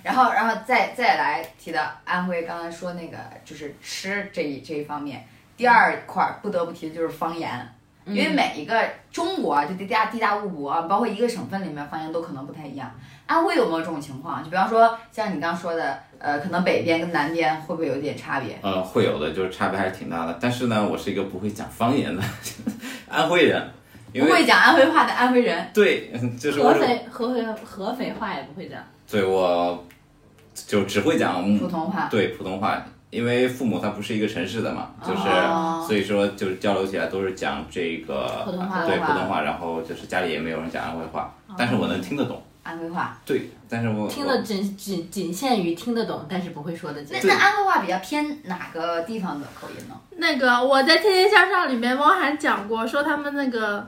S2: 然后，然后再再来提到安徽，刚才说那个就是吃这一这一方面。第二块儿不得不提的就是方言，
S4: 嗯
S2: 因为每一个中国啊，就地大地大物博啊，包括一个省份里面方言都可能不太一样。安徽有没有这种情况？就比方说像你刚说的，呃，可能北边跟南边会不会有点差别？
S5: 呃，会有的，就是差别还是挺大的。但是呢，我是一个不会讲方言的 安徽人，因
S2: 不
S5: 为
S2: 会讲安徽话的安徽人，
S5: 对， 嗯就是哦
S4: 合
S5: 我
S4: 肥合肥合肥话也不会讲。
S5: 对我就只会讲
S2: 普通话。
S5: 对普通话，因为父母他不是一个城市的嘛，就是、
S2: 哦
S5: 所以说就是交流起来都是讲这个
S4: 普通话
S5: 对
S2: 普
S5: 普
S2: 通话
S5: 通话，然后就是家里也没有人讲安徽话，但是我能听得懂，
S2: 安徽话，
S5: 对，但是我
S4: 听得仅仅仅限于听得懂，但是不会说的
S2: 那
S4: 简单。
S2: 那安徽话比较偏哪个地方的口音呢？
S3: 那个我在《天天向上》里面，汪涵讲过，说他们那个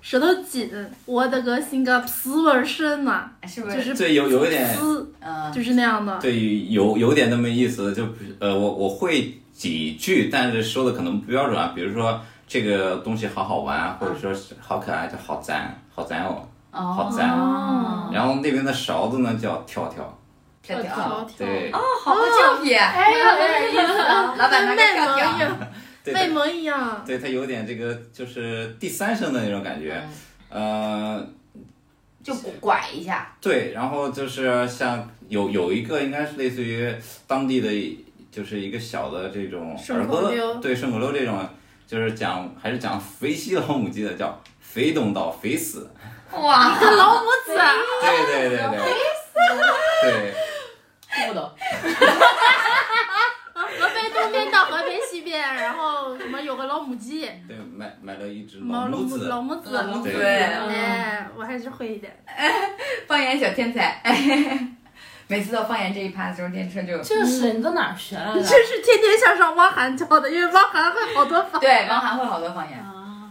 S3: 舌头紧，我的个心个皮纹深呐，
S2: 是不？
S3: 就是
S5: 我
S3: 是
S5: 对有有一点
S3: 呲，
S2: 嗯，
S3: 就是那样的。
S5: 对有有点那么意思，就不是呃我我会几句，但是说的可能不标准啊，比如说这个东西好好玩啊，或者说是好可爱，就好赞好赞哦，好赞。
S2: 哦，
S5: 然后那边的勺子呢叫跳跳，
S2: 跳跳，
S4: 跳
S2: 哦，
S3: 条条。
S5: 对、
S2: 好多跳皮，啊
S4: 哎呀，有点意思啊！
S2: 老板拿个
S3: 跟内
S2: 跳
S3: 蒙
S2: 跳
S3: 一。样，
S5: 对的
S3: 内蒙一样。
S5: 对，它有点这个就是第三声的那种感觉，呃，
S2: 就拐一下，
S5: 对，然后就是像有有一个应该是类似于当地的一，就是一个小的这种
S3: 顺
S5: 儿
S3: 口
S5: 歌
S3: 溜，
S5: 对顺口溜这种，就是讲还是讲肥西老母鸡的，叫肥东到肥死，
S2: 哇！
S3: 这老母子啊，
S5: 对对对对，对，
S4: 听不懂，
S3: 河北东边到河北西边，然后什么有个老母鸡，
S5: 对买买了一只
S3: 老
S5: 老母
S3: 母
S5: 子，
S3: 老母子，
S2: 老母
S5: 对
S2: 对，
S3: 哎，我还是会一点。
S2: 方言小天才， 每次到方言这一趴的时候，电车就
S4: 嗯就是你都哪儿学来的
S3: 这？是《天天向上》汪涵教的，因为汪涵会好多方。
S2: 对王涵会好多方言，
S4: 啊，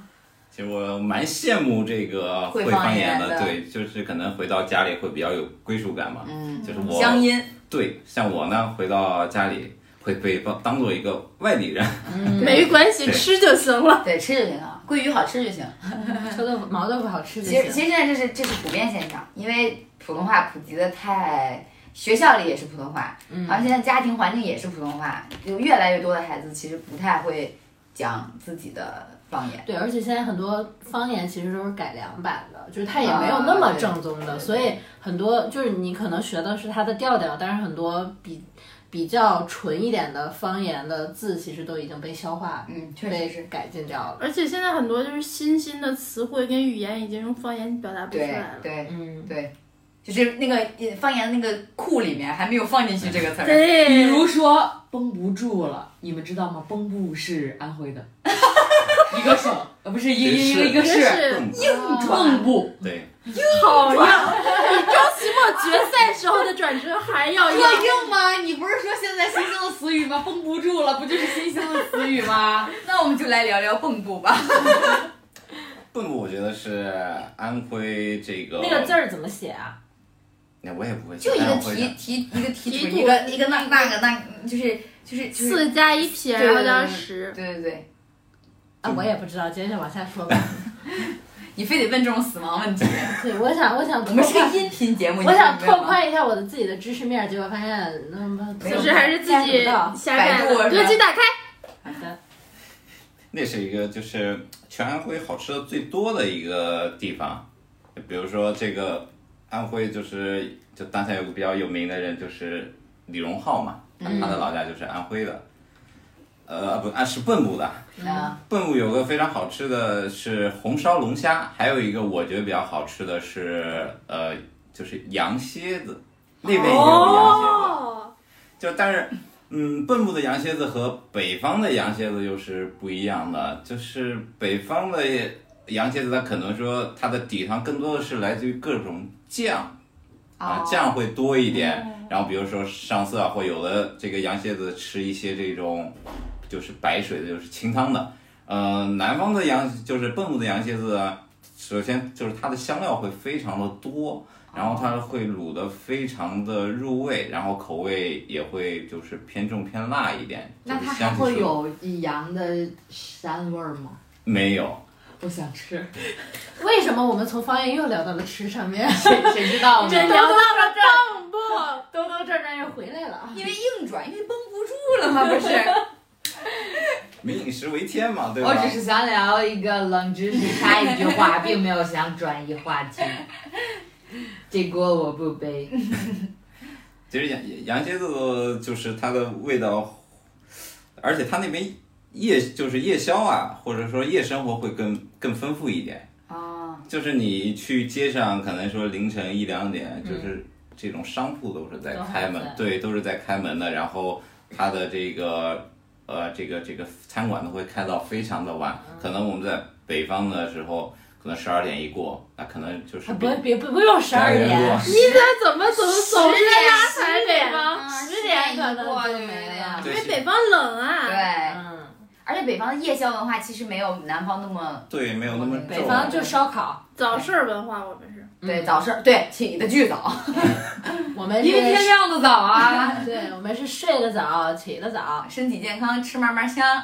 S5: 其实我蛮羡慕这个
S2: 会
S5: 会
S2: 方
S5: 方
S2: 言
S5: 言
S2: 的
S5: 对，就是可能回到家里会比较有归属感嘛，
S2: 嗯，
S5: 就是我
S2: 乡音，
S5: 对，像我呢，回到家里会被当当做一个外地人。
S3: 没关系，
S5: 对
S3: 吃就行了。
S2: 对，吃就行了，桂鱼好吃就行。
S4: 臭豆腐、毛豆腐好吃就
S2: 其实
S4: 行。
S2: 其实现在这是这是普遍现象，因为普通话普及的太。学校里也是普通话，
S4: 嗯
S2: 然后现在家庭环境也是普通话，有越来越多的孩子其实不太会讲自己的方言。
S4: 对，而且现在很多方言其实都是改良版的，就是它也没有那么正宗的，
S2: 啊啊对
S4: 所以很多就是你可能学的是它的调调，但是很多比比较纯一点的方言的字其实都已经被消化、
S2: 嗯，确实
S4: 被
S2: 是。
S4: 改进掉了。
S3: 而且现在很多就是新兴的词汇跟语言已经用方言表达不出
S2: 对
S3: 来了。
S2: 对
S4: 嗯，
S2: 对，就是那个呃方言那个库里面还没有放进去这个词儿。
S3: 对，
S6: 比如说绷不住了，你们知道吗？绷不是安徽的 一个省，呃，不是一一一个
S3: 真
S6: 市。
S3: 是
S6: 蚌埠，
S5: 对，
S3: 好呀！比周奇墨决赛时候的转折还要
S6: 这
S3: 硬。
S6: 硬吗？你不是说现在新兴的词语吗？绷不住了，不就是新兴的词语吗？
S2: 那我们就来聊聊蚌埠吧。
S5: 蚌埠我觉得是安徽这个
S4: 那个字，儿怎么写啊？
S5: 那我也不会 写，
S2: 就一个
S5: 哎但是我会
S2: 提提
S5: 讲
S2: 一个提
S3: 提
S2: 土，
S3: 土
S2: 一个一个那那个那，就是就是就是。
S3: 四加一撇，
S2: 对
S3: 然后加十。
S2: 对对对，
S4: 啊，我也不知道，接着往下说 吧。
S2: 你非得问这种死亡问题？
S4: 对，我想，我想
S2: 我
S4: 拓
S2: 们是个
S4: 宽，
S2: 音频节目，
S4: 我想拓
S2: 快。
S4: 宽一下我的自己的知识面，结果发现那么
S2: 没有
S3: 就是还是自己
S4: 好
S3: 瞎
S2: 百
S3: 干
S2: 度
S3: 的，
S2: 是吧
S3: 歌曲打开。
S4: 的，
S5: 那是一个就是全安徽好吃的最多的一个地方，比如说这个安徽就是就当下有个比较有名的人就是李荣浩嘛，他的老家就是安徽的，呃不，啊是蚌埠的，
S2: 啊，
S5: 蚌埠有个非常好吃的是红烧龙虾，还有一个我觉得比较好吃的是呃，
S3: 哦
S5: 就是羊蝎子，那边也有羊蝎子，就但是嗯，蚌埠的羊蝎子和北方的羊蝎子又是不一样的，就是北方的羊蝎子，它可能说它的底汤更多的是来自于各种酱啊，
S2: 哦
S5: 酱会多一点。然后比如说上色啊，或有的这个羊蝎子吃一些这种就是白水的，就是清汤的。呃，南方的羊就是蚌埠的羊蝎子啊，首先就是它的香料会非常的多，然后它会卤得非常的入味，然后口味也会就是偏重偏辣一点。
S6: 那
S5: 就是
S6: 它
S5: 香
S6: 还
S5: 气
S6: 会
S5: 是
S6: 有羊的膻味儿吗？
S5: 没有？
S6: 不想吃，
S4: 为什么我们从方言又聊到了吃上 面？
S6: 谁谁知道呢？
S4: 聊到了 蚌埠，兜兜转转又回来了啊！
S2: 因为硬转，因为绷不住了嘛，不是？
S5: 民以食为天嘛，对吧？
S6: 我哦只是想聊一个冷知识，插一句话，并没有想转移话 题。这锅我不背。
S5: 其实羊羊蝎子就是它的味道，而且它那边夜就是夜宵啊，或者说夜生活会更更丰富一点。
S2: 啊，
S5: 就是你去街上，可能说凌晨一两点，就是这种商铺都是在开
S4: 嗯
S5: 门
S4: 都还在，
S5: 对，都是在开门的。然后它的这个呃，这个这个餐馆都会开到非常的晚。
S4: 嗯
S5: 可能我们在北方的时候，可能十二点一过，那可能就是
S4: 啊不，别不不用十二
S5: 12点
S4: 点
S5: 过，
S1: 他怎么总总是拉
S4: 十
S1: 踩北方？
S4: 十点可能就没了。
S5: 对
S3: 因为北方冷啊。
S2: 对，
S4: 嗯，
S2: 而且北方的夜宵文化其实没有南方那么
S5: 对，没有那么重。啊
S4: 北方就烧烤，
S3: 早市文化我们是。
S2: 对早市，对起的巨早，
S4: 我们是
S2: 因为天亮的早啊，
S4: 对，我们是睡得早，起得早。
S2: 身体健康，吃嘛嘛香。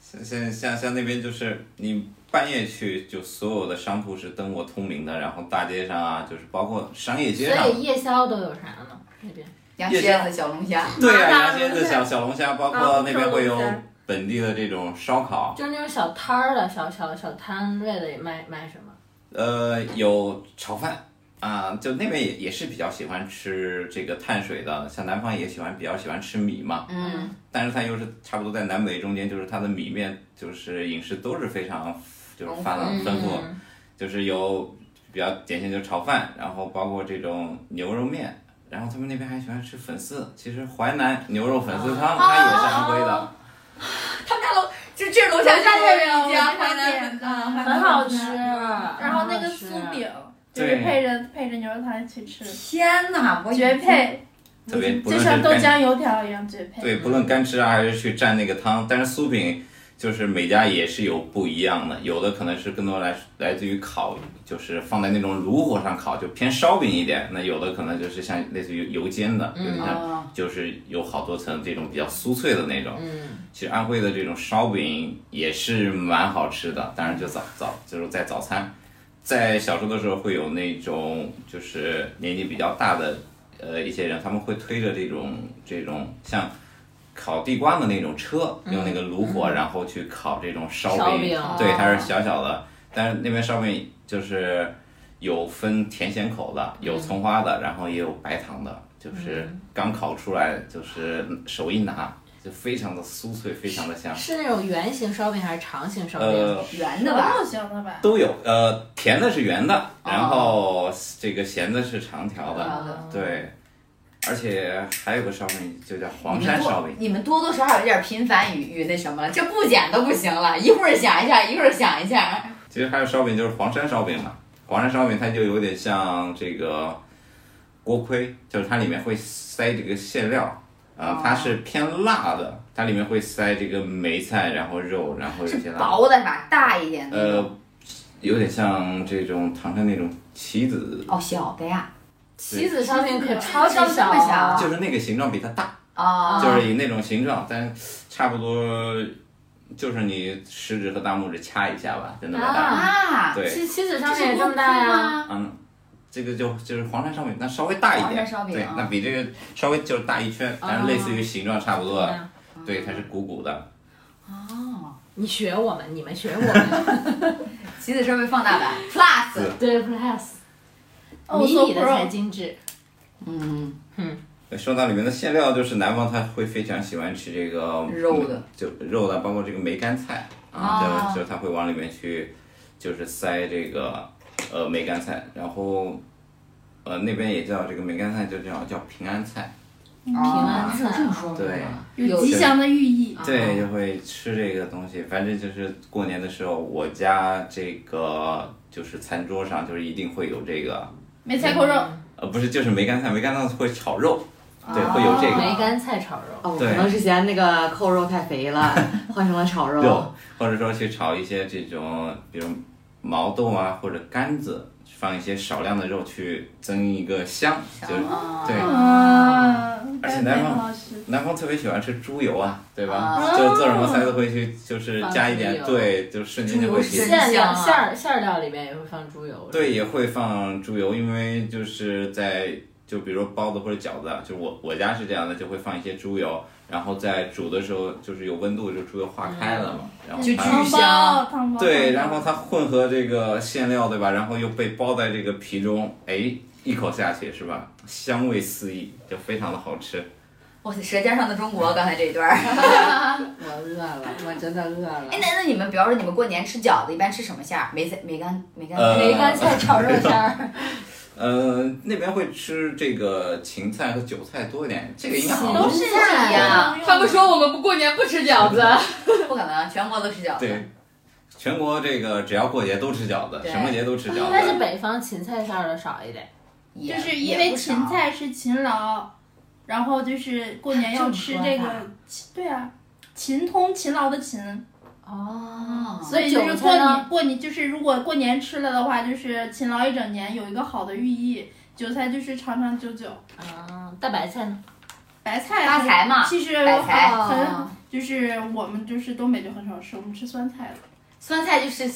S5: 像像像像那边就是你半夜去，就所有的商铺是灯火通明的，然后大街上啊，就是包括商业街上
S4: 所，以夜宵都有啥呢？那边
S2: 羊
S5: 夜
S2: 蝎
S5: 宵
S2: 子、小龙虾，
S5: 对啊呀、
S3: 麻辣
S5: 羊蝎子、小小龙虾，包
S3: 啊
S5: 括那边会有
S3: 烧龙虾
S5: 本地的这种烧烤，
S4: 就是那种小摊儿的小小小摊位的也卖卖什么？
S5: 呃，有炒饭啊、就那边也也是比较喜欢吃这个碳水的，像南方也喜欢比较喜欢吃米嘛，
S2: 嗯，
S5: 但是它又是差不多在南北中间，就是它的米面就是饮食都是非常就是发达丰富，
S4: 嗯
S5: 就是有比较典型就是炒饭，然后包括这种牛肉面，然后他们那边还喜欢吃粉丝。其实淮南牛肉粉丝汤它也是安徽的，
S2: 他们家楼就这楼下就有一家淮南粉啊，淮南
S4: 很好吃。啊
S2: 粉丝
S4: 然
S3: 然后那个酥
S4: 啊
S3: 饼，就是
S5: 对
S3: 配着配着牛肉汤一起吃，
S2: 天哪，我
S3: 绝配，
S5: 特别不
S3: 就
S5: 论
S3: 像
S5: 是
S3: 豆
S5: 干
S3: 浆油条一样绝配。
S5: 对，不论干吃啊还是去蘸那个汤，但是酥饼就是每家也是有不一样的，有的可能是更多来来自于烤，就是放在那种炉火上烤，就偏烧饼一点；那有的可能就是像类似于油煎的，有点像
S2: 啊，
S5: 就是有好多层这种比较酥脆的那种。
S4: 嗯，
S5: 其实安徽的这种烧饼也是蛮好吃的，当然就早早就是在早餐，在小时候的时候会有那种就是年纪比较大的呃一些人，他们会推着这种这种像烤地瓜的那种车，用那个炉火、然后去烤这种烧
S4: 嗯烧
S5: 饼
S4: 饼，
S5: 对，它
S2: 哦
S5: 是小小的，但是那边烧饼就是有分甜咸口的，
S4: 嗯
S5: 有葱花的，然后也有白糖的，就是刚烤出来，就是手一拿就非常的酥脆，非常的香。
S4: 是那种圆形烧饼还是长形烧饼？
S5: 呃，
S2: 圆的
S3: 什
S2: 吧？
S3: 么型的吧？
S5: 都有，呃，甜的是圆的，
S2: 哦
S5: 然后这个咸的是长条的，
S4: 啊
S5: 对。而且还有个烧饼就叫黄嗯山烧饼，
S2: 你们多多少少有点频繁与与那什么了，这不剪都不行了，一会儿想一下，一会儿想一下。
S5: 其实还有烧饼就是黄山烧饼嘛。黄山烧饼它就有点像这个锅盔，就是它里面会塞这个馅料，啊、
S2: 哦
S5: 它是偏辣的，它里面会塞这个梅菜，然后肉，然后有些辣。
S2: 薄的是吧？大一点的那种。
S5: 呃，有点像这种唐山那种棋子，
S2: 哦，小的
S4: 嗯
S2: 呀。
S4: 棋子烧饼可超级
S2: 烧饼这
S4: 小
S2: 么小
S4: 啊，
S5: 就是那个形状比它大，
S2: 啊、
S5: 就是以那种形状，但差不多就是你食指和大拇指掐一下吧，就那么大。
S4: 啊
S2: 啊，
S5: 对，
S4: 棋棋子烧饼也这么大呀？
S5: 嗯，这个就就是黄山烧饼，那稍微大一
S2: 黄
S5: 点，
S2: 山烧饼
S5: 对
S2: 啊，
S5: 那比这个稍微就是大一圈，但是类似于形状差不多的，
S2: 啊
S4: 嗯
S5: 对，它是鼓鼓的。
S2: 哦，
S4: 你学我们，你们学我 们，
S2: 棋子稍微放大版 plus，
S5: 是
S4: 对，plus
S3: 哦
S4: 迷你的
S3: so pro
S4: 才精致。
S2: 嗯，
S5: 说到里面的馅料，就是南方他会非常喜欢吃这个
S2: 肉的，
S5: 就肉的，包括这个梅干菜
S2: 啊
S5: 啊，就就他会往里面去，就是塞这个呃梅干菜，然后呃那边也叫这个梅干菜就叫叫平安菜，
S2: 哦
S4: 平安
S5: 啊
S4: 自然好。
S5: 对
S3: 有吉祥的寓意。
S2: 哦
S5: 对，就会吃这个东西。反正就是过年的时候，我家这个就是餐桌上就是一定会有这个，
S3: 梅菜扣肉，
S5: 呃，不是就是梅干菜，梅干菜会炒肉，对，会有这
S4: 梅
S5: 个
S4: 干菜炒肉，
S6: 哦，我
S5: 对
S6: 可能是嫌那个扣肉太肥 了，换成了炒
S4: 哦
S6: 肉。
S5: 肉，或者说去炒一些这种，比如毛豆啊或者干子，放一些少量的肉去增一个香，就是
S4: 哦
S2: 哦
S5: 对。
S3: 啊，
S5: 而且
S3: 感觉很
S5: 南方
S3: 好吃。
S5: 南方特别喜欢吃猪油啊，对吧？
S2: 啊
S5: 就做什么菜都会去，就是
S4: 哦放
S5: 加一
S4: 猪
S5: 点，
S4: 油
S5: 对，就瞬间就会去
S2: 真
S4: 馅料
S2: 香啊
S4: 馅儿馅儿料里面也会放猪油。
S5: 对，也会放猪油，因为就是在就比如说包子或者饺子啊，就我我家是这样的，就会放一些猪油，然后在煮的时候就是有温度，就猪油化开了嘛，然后
S2: 就
S5: 它
S2: 巨
S3: 汤包，汤包。
S5: 对，然后它混合这个馅料，对吧？然后又被包在这个皮中，哎，一口下去是吧？香味四溢，就非常的好吃。
S2: 哇塞，《舌尖上的中国》刚才这一段儿。
S4: 我饿了，我真的饿了
S2: 哎，那那你们，比方说你们过年吃饺子，一般吃什么馅儿？梅菜、梅干、梅干
S5: 呃
S2: 梅
S4: 梅
S2: 干
S4: 干菜炒肉馅儿，
S5: 呃，那边会吃这个芹菜和韭菜多一点，这个应该好像
S4: 都
S2: 是
S4: 是
S2: 这样，
S1: 他们说我们不过年不吃饺 子，
S2: 不可能，全国都吃饺子。
S5: 对，全国这个只要过节都吃饺子，
S2: 对
S5: 什么节都吃饺
S4: 但啊是
S5: 子。
S4: 北方芹菜馅儿的少一点。
S2: 也，
S3: 就是
S2: 也
S3: 因为
S2: 不少
S3: 芹菜是勤劳，然后就是过年要吃这
S4: 这么说
S3: 个
S4: 法，
S3: 勤对啊，勤通勤劳的勤，
S2: 嗯
S4: 哦
S3: 所以就
S4: 韭
S3: 是过
S4: 菜呢
S3: 年过年就是如果过年吃了的话，就是勤劳一整年，有一个好的寓意。韭菜就是长长久久，
S4: 啊，大白菜呢？
S3: 白菜
S2: 发财啊嘛
S3: 其实
S2: 白菜
S3: 很
S4: 哦
S3: 很就是我们就是东北就很少吃，我们吃酸菜的。
S2: 酸菜 就是
S1: 又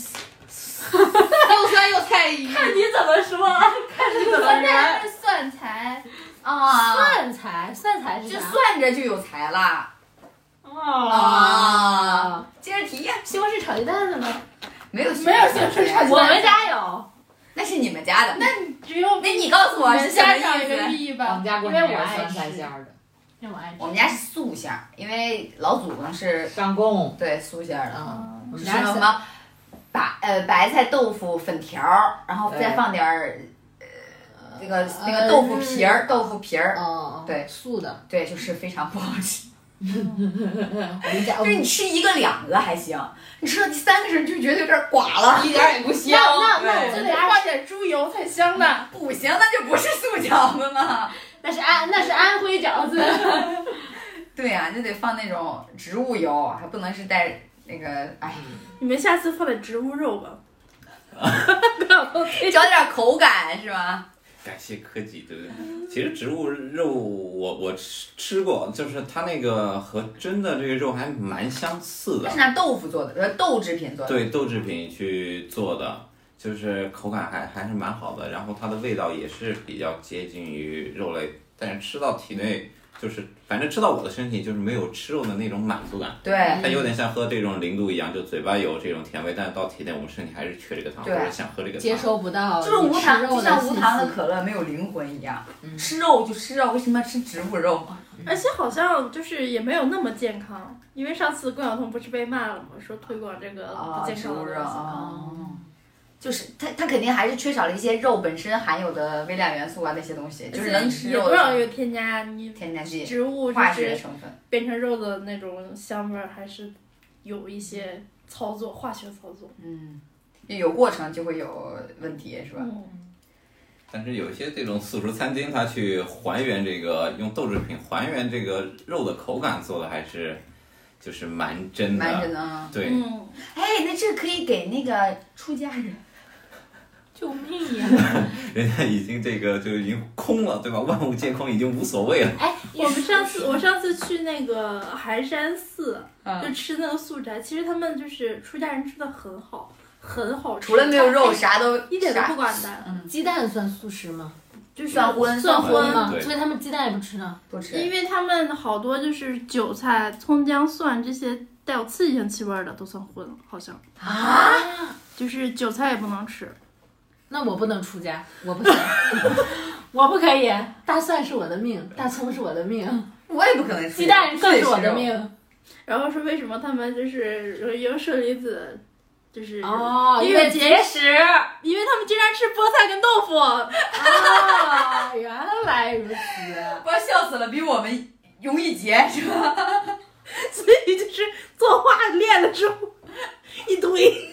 S1: 酸又菜一。
S4: 看
S3: 哦
S4: 你怎么说，啊看你怎
S3: 酸菜是蒜财，哦
S2: 啊，
S4: 蒜菜，蒜菜是
S2: 就
S4: 啥？
S2: 算着就有财了
S4: 哦，
S2: 啊。接着提呀，
S4: 西红柿炒鸡蛋的呢？
S2: 没有西
S3: 没有西
S2: 红
S3: 红柿炒鸡蛋
S4: 我们家有，
S2: 那是你们家的，那
S3: 只有
S2: 那你告诉我是什么
S3: 家长有个
S2: 意
S3: 寓
S2: 思？
S3: 意
S6: 我
S3: 吧
S6: 们？家过
S3: 因
S6: 年
S3: 为
S6: 也
S3: 我
S6: 是
S3: 爱
S6: 酸菜
S3: 吃
S6: 馅。儿的，
S4: 因为我爱吃。
S2: 我们家是素馅儿，因为老祖宗是
S6: 上供。
S2: 对素馅儿的。
S4: 嗯，我
S2: 是
S4: 们
S2: 什
S4: 家是
S2: 么白呃白菜豆腐粉条儿，然后再
S6: 对
S2: 放点儿呃那个那个豆腐皮儿，豆腐皮儿，
S4: 哦，
S2: 对
S4: 素的。
S2: 对，就是非常不好吃。
S4: 我们家
S2: 就是你吃一个两个还行，你吃到第三个时候你就觉得有点寡了，
S1: 一点儿也不香，
S4: 那那那我
S3: 就
S4: 们
S3: 得
S4: 家
S3: 放点猪油才香呢。
S2: 不行，那就不是素饺子嘛。
S4: 那是安那是安徽饺子，
S2: 对呀、就得放那种植物油，还不能是带那个，哎，
S3: 你们下次放点植物肉吧。
S2: 找点口感是吧？
S5: 感谢科技，对不对？其实植物肉我我吃吃过，就是它那个和真的这个肉还蛮相似
S2: 它
S5: 的
S2: 是，拿豆腐做的，呃，豆制品做的。
S5: 对豆制品去做的，就是口感还还是蛮好的，然后它的味道也是比较接近于肉类，但是吃到体内就是反正吃到我的身体就是没有吃肉的那种满足感。
S2: 对
S5: 它有点像喝这种零度一样，就嘴巴有这种甜味，但是到体内我们身体还是缺这个糖，或
S2: 对啊
S5: 者想喝这个
S4: 接
S5: 糖。
S4: 收不到
S2: 就是无糖，
S4: 你吃肉
S2: 就像
S4: 信
S2: 无
S4: 息
S2: 糖的嗯可乐没有灵魂一样。吃肉就吃肉，为什么要吃植物肉？
S3: 而且好像就是也没有那么健康，因为上次关晓彤不是被骂了吗？说推广这个
S2: 啊，
S3: 不健
S2: 植
S3: 康
S2: 物
S3: 的
S2: 肉
S3: 东西。
S2: 啊，就是它它肯定还是缺少了一些肉本身含有的微量元素啊那些东西，就是能吃
S3: 也
S2: 肉
S3: 不让
S2: 的
S3: 有添加，你
S2: 添加剂、
S3: 植物就
S2: 化学
S3: 是
S2: 成分。
S3: 变成肉的那种香味儿，还是有一些操作，化学操作。
S2: 嗯，有过程就会有问题，是吧？
S3: 嗯，
S5: 但是有一些这种素食餐厅，它去还原这个用豆制品还原这个肉的口感做的还是就是蛮真的。
S2: 蛮真的啊。
S5: 对，
S3: 嗯，
S2: 哎，那这可以给那个出家人，
S4: 救命呀！
S5: 人家已经这个就已经空了，对吧？万物皆空，已经无所谓了。
S4: 哎，
S3: 我们上次我上次去那个寒山寺，
S2: 嗯
S3: 就吃那个素斋，其实他们就是出家人吃的很好，很好 吃，
S2: 除了没有肉，啥 都
S3: 一点都
S2: 啥
S3: 不管的，
S4: 鸡蛋算素食吗？
S3: 就是
S2: 蒜荤
S3: 蒜
S5: 荤
S3: 荤。
S4: 吗？
S5: 对
S4: 所以他们鸡蛋也不吃呢。
S2: 不吃。
S3: 因为他们好多就是韭菜、葱、姜、蒜这些带有刺激性气味儿的都算荤，好像
S2: 啊，
S3: 就是韭菜也不能吃。
S4: 那我不能出家，我不行，我不可以。大蒜是我的命，大葱是我的命，
S2: 我也不可能吃
S4: 鸡蛋
S2: 更
S4: 更是我的命。
S3: 然后说为什么他们就是有舍利子就是
S4: 哦，
S3: 因为
S4: 节食。
S3: 因为他们竟然吃菠菜跟豆腐，
S4: 啊，原来如此。
S2: 不要笑死了，比我们容易结是吧？
S3: 所以 就是做画练了之后一堆，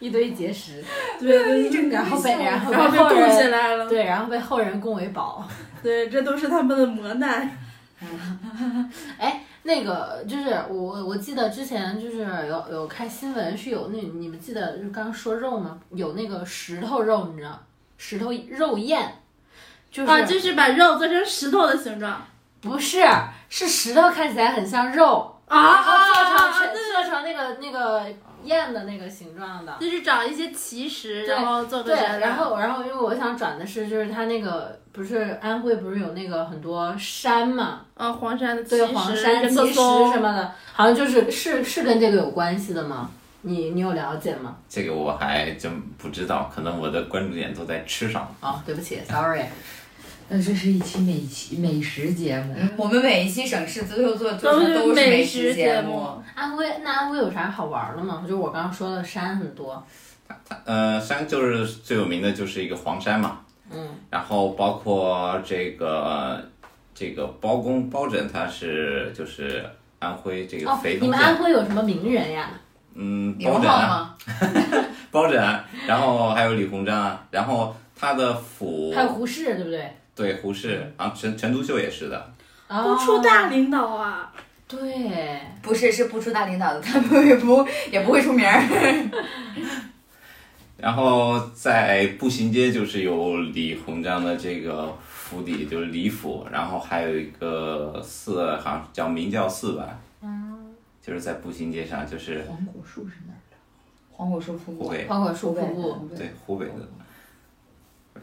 S4: 一堆节食，
S3: 对对对，
S4: 然后被然后
S3: 然后
S4: 被
S3: 被
S4: 后
S3: 冻起
S4: 人
S3: 来了。
S4: 对，然后被后人供为宝。
S3: 对，这都是他们的磨难。
S4: 那个就是我，我记得之前就是有有看新闻，是有那你们记得就刚刚说肉吗？有那个石头肉，你知道，石头肉宴，就是、
S3: 啊，就是把肉做成石头的形状
S4: 不是是石头看起来很像肉，
S3: 啊
S4: 然后做成、
S3: 啊！对
S4: 做成那个那个燕的那个形状的。
S3: 就是找一些奇石，
S4: 对
S3: 然后做个啊
S4: 对，
S3: 形状
S4: 然后然后因为我想转的是，就是它那个不是安徽不是有那个很多山嘛，
S3: 啊，黄山的奇
S4: 对，
S3: 石、
S4: 黄山、
S3: 人
S4: 奇
S3: 格
S4: 石
S3: 松
S4: 什么的，好像就是是是跟这个有关系的吗？你你有了解吗？
S5: 这个我还真不知道，可能我的关注点都在吃上。
S4: 哦，对不起，sorry，
S5: 嗯
S6: 呃
S1: 那这是一期美食美食节目，
S2: 我们每一期省市最后做的
S3: 都
S2: 做成
S3: 是
S2: 都是
S3: 美
S2: 美
S3: 食
S2: 食
S3: 节
S2: 节
S3: 目
S2: 目，
S4: 安徽那安徽有啥好玩的吗？就我刚刚说的山很多，
S5: 呃，山就是最有名的就是一个黄山嘛，
S4: 嗯，
S5: 然后包括这个呃这个包公包拯，他是就是安徽这个
S4: 哦
S5: 肥，
S4: 你
S5: 东啊
S4: 们
S5: 县，
S4: 安徽有什么名人呀？
S5: 嗯，
S2: 刘
S5: 包
S2: 浩
S5: 拯啊，
S2: 吗？
S5: 包拯啊，然后还有李鸿章啊，然后他的府
S4: 还有胡适，对不对？
S5: 对胡适啊，陈陈独秀也是的，
S4: 哦
S3: 不出大领导啊，
S4: 对，
S2: 不是，是不出大领导的， 他们也不也不会出名儿。
S5: 然后在步行街就是有李鸿章的这个府邸，就是李府，然后还有一个寺，好像叫明教寺吧，就是在步行街上，就是
S6: 哎
S1: 黄果树是哪儿的？
S2: 黄果树瀑
S5: 湖
S2: 布，
S5: 北
S4: 包括树瀑布，
S2: 瀑布
S5: 对湖北的，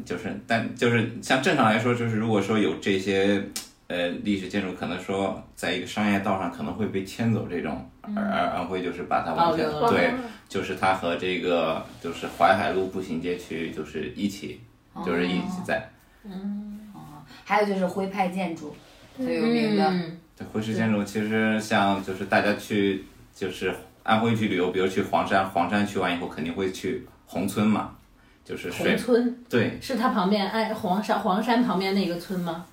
S5: 就是但就是像正常来说，就是如果说有这些呃历史建筑，可能说在一个商业道上可能会被迁走这种，而而安徽就是把它
S4: 保
S5: 完全
S4: 留了
S5: 对，就是它和这个就是淮海路步行街区就是一起，就是一起在。
S2: 哦还有就是徽派建筑，最有名的。
S4: 嗯，
S5: 对，回石建筑其实像就是大家去就是安徽去旅游，比如去黄山，黄山去完以后肯定会去宏村嘛，就是水
S4: 红村
S5: 对
S4: 是它旁边哎黄山黄山旁边那个村吗？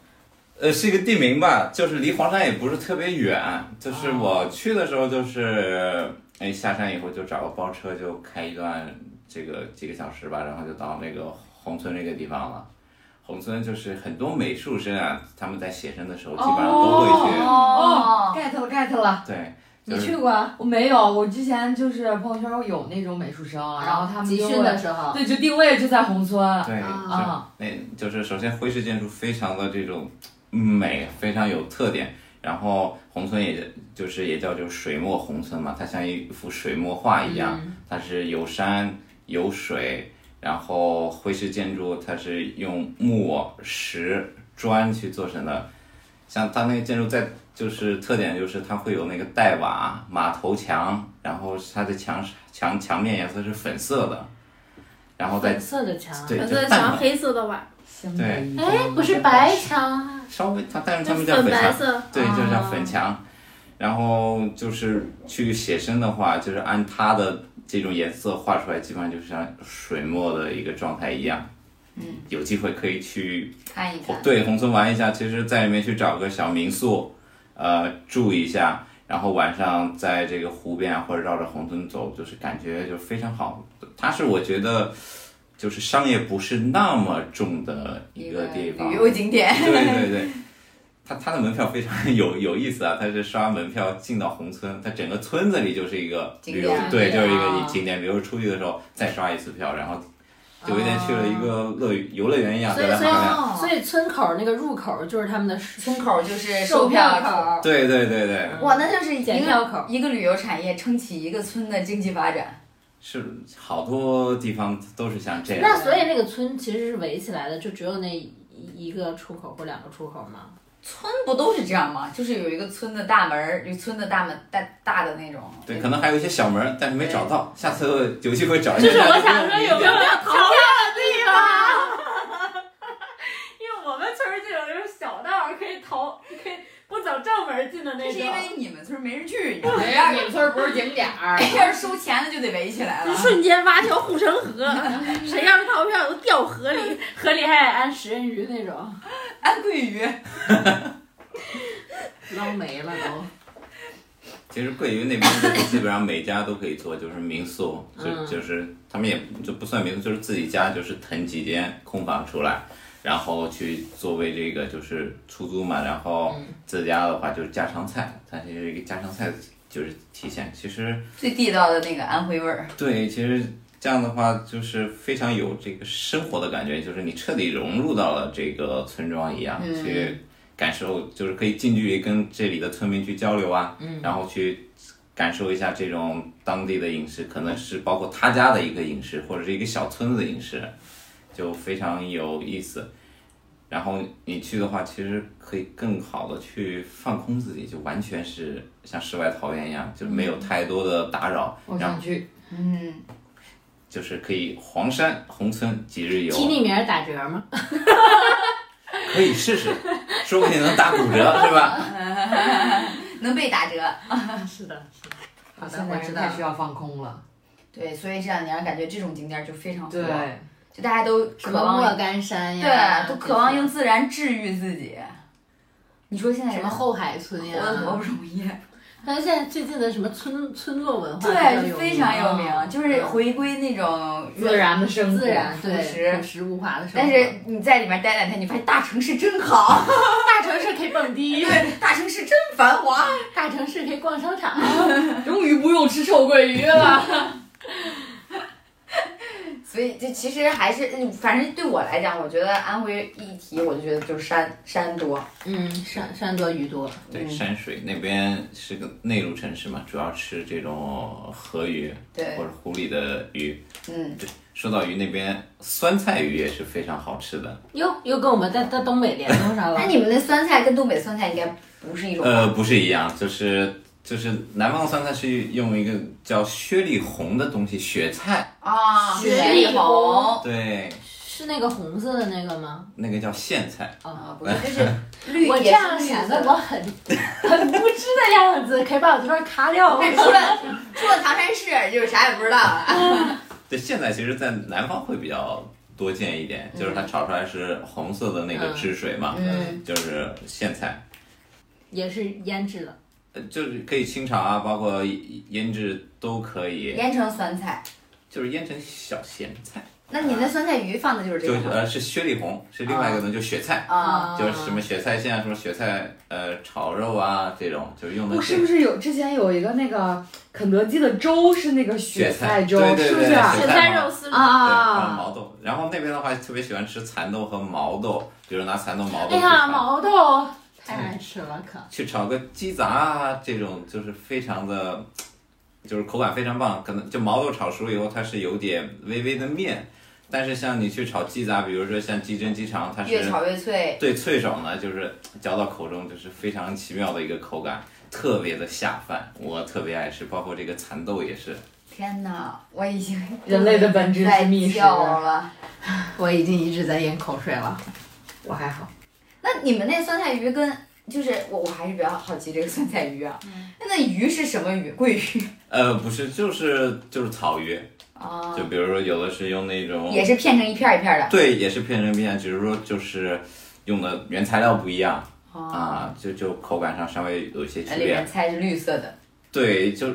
S5: 呃，是一个地名吧，就是离黄山也不是特别远。就是我去的时候，就是哎下山以后就找个包车，就开一段这个几个小时吧，然后就到那个宏村这个地方了。宏村就是很多美术生啊，他们在写生的时候基本上都会去。
S2: 哦，
S6: ，get 了 get 了。
S5: 对，
S6: 你
S5: 就是
S6: 去过啊？我没有，我之前就是朋友圈有那种美术
S4: 哦
S6: 生，然后他
S4: 啊
S6: 们
S4: 集
S6: 就
S4: 训的时候，
S6: 对，就定位就在宏村。
S5: 对，
S6: 啊
S5: 就那就是首先徽式建筑非常的这种美，非常有特点。然后宏村也就是也叫就是水墨宏村嘛，它像一幅水墨画一样，它是有山有水，然后徽式建筑它是用木石砖去做成的。像它那个建筑在就是特点就是它会有那个黛瓦马头墙，然后它的墙墙墙面颜色是粉色的，然后再
S4: 粉色的墙，
S5: 对
S3: 粉
S5: 就
S3: 色的
S5: 淡
S3: 墙，
S5: 黄
S3: 黑色的碗，
S1: 相
S5: 对
S1: 当于
S4: 哎不是白墙啊，
S5: 稍微它，但是他
S3: 就
S5: 们叫
S3: 粉
S5: 粉
S3: 白
S5: 墙，
S3: 色。
S5: 对，就叫粉墙。然后就是去写生的话，就是按它的这种颜色画出来，基本上就是像水墨的一个状态一样。嗯，有机会可以去
S2: 看一看。
S5: 对宏村玩一下，其实在里面去找个小民宿，呃，住一下，然后晚上在这个湖边啊，或者绕着宏村走，就是感觉就非常好。它是我觉得就是商业不是那么重的一个地方，
S2: 旅游景点，
S5: 对对对，他他的门票非常有 有意思啊，他是刷门票进到宏村，他整个村子里就是一个
S2: 景
S5: 旅
S2: 点
S5: 游，对，
S4: 啊
S5: 就是一个景点。比如出去的时候再刷一次票，然后就有点去了一个乐园游乐园一样，
S4: 所以
S5: 在那
S4: 所以
S5: 旁边。
S4: 所以村口那个入口就是他们的
S2: 村口就是售
S4: 售票
S2: 口。
S4: 口，
S5: 对对对对，
S2: 哇，那就是一
S4: 检票口
S2: 个一个旅游产业撑起一个村的经济发展。
S5: 是好多地方都是像这样。
S4: 那所以那个村其实是围起来的，就只有那一一个出口或两个出口嘛。
S2: 村不都是这样吗？就是有一个村的大门儿，有村的大门大大的那种。
S5: 对，可能还有一些小门儿，但是没找到，下次有机会找一下。
S3: 就是我 想说有没有逃票的地方？
S2: 这是因为你们村儿没人去，你知道吗？
S6: 人家你们村儿不是景点儿，
S2: 要是收钱的就得围起来了。
S3: 瞬间挖条护城 河，谁要是逃票都掉河里。
S4: 河里还得安食人鱼那种，
S2: 安徽鱼，
S4: 捞没了都。
S5: 其实桂鱼那边就是基本上每家都可以做，就是民宿，就
S4: 嗯
S5: 就是他们也就不算民宿，就是自己家就是腾几间空房出来，然后去作为这个就是出租嘛，然后自家的话就是家常菜，它是一个家常菜的就是体现。其实
S2: 最地道的那个安徽味儿。
S5: 对，其实这样的话就是非常有这个生活的感觉，就是你彻底融入到了这个村庄一样，去感受，就是可以近距离跟这里的村民去交流啊，然后去感受一下这种当地的饮食，可能是包括他家的一个饮食，或者是一个小村子的饮食，就非常有意思。然后你去的话，其实可以更好的去放空自己，就完全是像世外桃源一样，就没有太多的打扰。
S6: 我
S5: 然后。
S6: 想去。
S2: 嗯，
S5: 就是可以黄山宏村几日游，啊
S4: 提你名儿打折吗？
S5: 可以 试试，说不定能打骨折，是吧？
S2: 嗯能被打折。
S4: 啊是的，是的。好的，
S6: 现
S4: 我
S6: 在
S4: 知
S6: 人
S4: 道
S6: 太需
S4: 了。
S6: 要放空了。
S2: 对，所以这两年感觉这种景点儿就非常火，
S6: 对，
S2: 就大家都
S4: 什
S2: 渴
S4: 么莫
S2: 望，
S4: 干山呀？
S2: 对，都渴望用自然治愈自己。你说现在
S4: 什
S2: 人
S4: 么后海村
S2: 活
S4: 呀？
S2: 得多不容 易，
S4: 但是现在最近的什么村村落文化比较
S2: 对，
S4: 有
S2: 非常有
S4: 名啊，
S2: 名，就是回归那种
S6: 自。然的生活，
S4: 自然对
S2: 朴实
S4: 朴实无华的生
S2: 但
S4: 活。
S2: 是你在里面待两天，你发现大城市真好，
S4: 大城市可以蹦迪，
S2: 对，大城市真繁华。
S4: 大城市可以逛商场，
S6: 终于不用吃臭鳜鱼了。
S2: 所以这其实还是，嗯反正对我来讲，我觉得安徽一提我就觉得就是山山多，
S4: 嗯，山山多鱼多，
S5: 对，山水那边是个内陆城市嘛，主要吃这种河鱼
S2: 对
S5: 或者湖里的鱼。
S2: 嗯，
S5: 说到鱼那边，酸菜鱼也是非常好吃的。
S4: 又又跟我们在在东北联动上了
S2: 哎那。你们的酸菜跟东北酸菜应该不是一种吧，
S5: 呃，不是一样，就是就是南方酸菜是用一个叫雪里红的东西，雪菜，
S2: 啊，
S4: 雪里
S2: 里红
S4: 红
S5: 对，
S4: 是那个红色的那个吗？哦
S5: 那个叫苋菜。
S2: 啊，不是，就是绿，
S4: 我这
S2: 也是
S4: 样
S2: 绿
S4: 显
S2: 色
S4: 得我很 很不知的样子，可以把我这段卡掉吗？
S2: 但出了出了唐山市，就是啥也不知道啊
S6: 嗯
S2: 了。
S5: 对，苋菜其实在南方会比较多见一点，就是它炒出来是红色的那个
S4: 嗯
S5: 汁水嘛，
S2: 嗯
S5: 就是苋菜，
S4: 也是腌制的，
S5: 呃就是可以清炒啊，包括腌制都可以，
S2: 盐城酸菜，
S5: 就是腌成小咸菜，
S2: 那你那酸菜鱼放的就是这
S5: 就
S2: 个
S5: 是
S2: 吗
S5: 呃是雪里红，是另外一个呢，就雪菜。
S4: 哦
S6: 嗯
S2: 啊，
S5: 就是什么雪菜馅啊，什么雪菜呃炒肉啊，这种就是用的
S6: 我
S5: 这
S6: 哦是不是有之前有一个那个肯德基的粥是那个
S5: 雪
S6: 雪
S5: 菜
S6: 粥，
S5: 对对
S6: 是不
S5: 对
S6: 是？
S5: 对
S3: 雪菜肉丝啊，
S5: 对，放
S6: 啊，
S5: 毛豆。然后那边的话特别喜欢吃蚕豆和毛豆，比如拿蚕豆、毛豆
S4: 哎
S5: 去
S4: 呀，
S5: 炒，
S4: 毛豆太难吃了，可
S5: 去炒个鸡杂啊，这种就是非常的，就是口感非常棒。可能就毛豆炒熟以后，它是有点微微的面，但是像你去炒鸡杂，比如说像鸡胗、鸡肠，它
S2: 越
S5: 是
S2: 炒越脆，
S5: 对脆爽呢，就是嚼到口中就是非常奇妙的一个口感，特别的下饭，我特别爱吃。包括这个蚕豆也是，
S2: 天哪，我已经
S6: 人类的本质
S2: 在
S6: 是觅食。
S2: 叫了。
S4: 我已经一直在咽口水了。
S6: 我还好，
S2: 那你们那酸菜鱼跟就是我我还是比较好奇这个酸菜鱼啊，
S6: 嗯
S2: 那那鱼是什么鱼？桂鱼
S5: 呃，不是，就是就是草鱼，
S6: 嗯
S2: 啊
S5: 就，比如说有的是用那种
S2: 也是片成一片儿一片儿的
S5: 对，也是骗人骗，只是说就是用的原材料不一样
S2: 哦
S5: 啊，就就口感上稍微有一些区
S2: 呃里面
S5: 别。
S2: 菜是绿色的，
S5: 对，就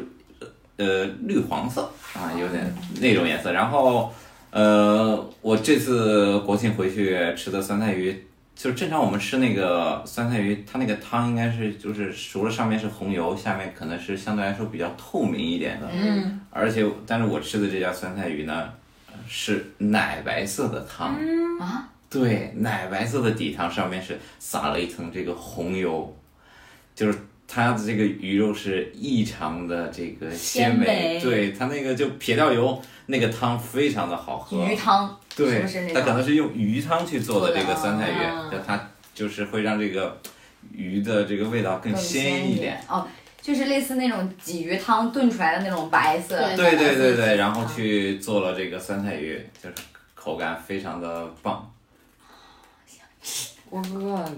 S5: 呃绿黄色啊，
S2: 哦
S5: 有点那种颜色。然后呃，我这次国庆回去吃的酸菜鱼。就是正常我们吃那个酸菜鱼，它那个汤应该是就是熟了，上面是红油，下面可能是相对来说比较透明一点的。
S4: 嗯，
S5: 而且，但是我吃的这家酸菜鱼呢，是奶白色的汤。
S2: 啊，
S5: 对，奶白色的底汤上面是撒了一层这个红油，就是它的这个鱼肉是异常的这个鲜
S4: 鲜美
S5: 对它那个就撇掉油，那个汤非常的好喝。
S2: 鱼汤是
S5: 对
S2: 不是那，
S5: 它可
S2: 种
S5: 能是用鱼汤去做的这个酸菜鱼
S4: 啊，
S5: 就它就是会让这个鱼的这个味道更
S2: 更鲜
S5: 鲜
S2: 一
S5: 一
S2: 点
S5: 点。
S2: 哦，就是类似那种鲫鱼汤炖出来的那种白色，
S4: 对
S5: 对对对对，然后去做了这个酸菜鱼，就是口感非常的棒。
S1: 啊
S6: 我饿了。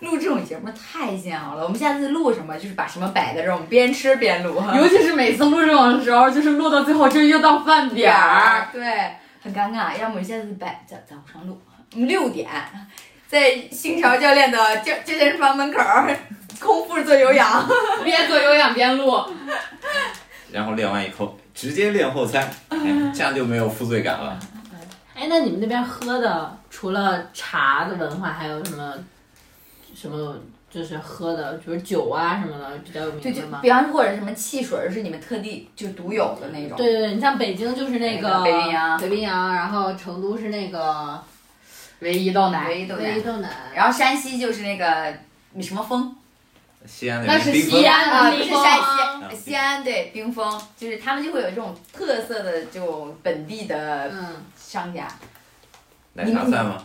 S2: 录这种节节目太煎熬了，我们下次录什么就是把什么摆在这儿，我们边吃边录哈。
S6: 尤其是每次录这种的时候，就是录到最后，这又到饭点儿，，
S2: 对，很尴尬。哎要么下次摆早早上录，我们六点在新潮教练的教健身房门口儿空腹做有氧，
S1: 边做有氧边录，
S5: 然后练完以后直接练后餐，哎，这样就没有负罪感了。
S4: 哎，那你们那边喝的除了茶的文化，还有什么什么就是喝的，比如酒啊什么的比较有
S2: 对，
S4: 名
S2: 就
S4: 的吗？
S2: 比方说或者什么汽水是你们特地就独有的那种，
S4: 对对对，你像北京就是那
S2: 那
S4: 个
S2: 个北冰洋
S4: 北冰洋，然后成都是那个
S6: 唯一豆奶，
S2: 唯一豆
S4: 唯一
S2: 奶。
S4: 豆奶，
S2: 然后山西就是那个什么峰
S5: 西安
S6: 那
S5: 的
S6: 是
S5: 冰峰
S6: 西，安
S2: 啊，不
S6: 的
S2: 是
S6: 地
S2: 山
S6: 方
S2: 西，西安对冰峰，就是他们就会有这种特色的这种本地的
S4: 嗯，
S2: 商家，
S5: 奶茶算吗？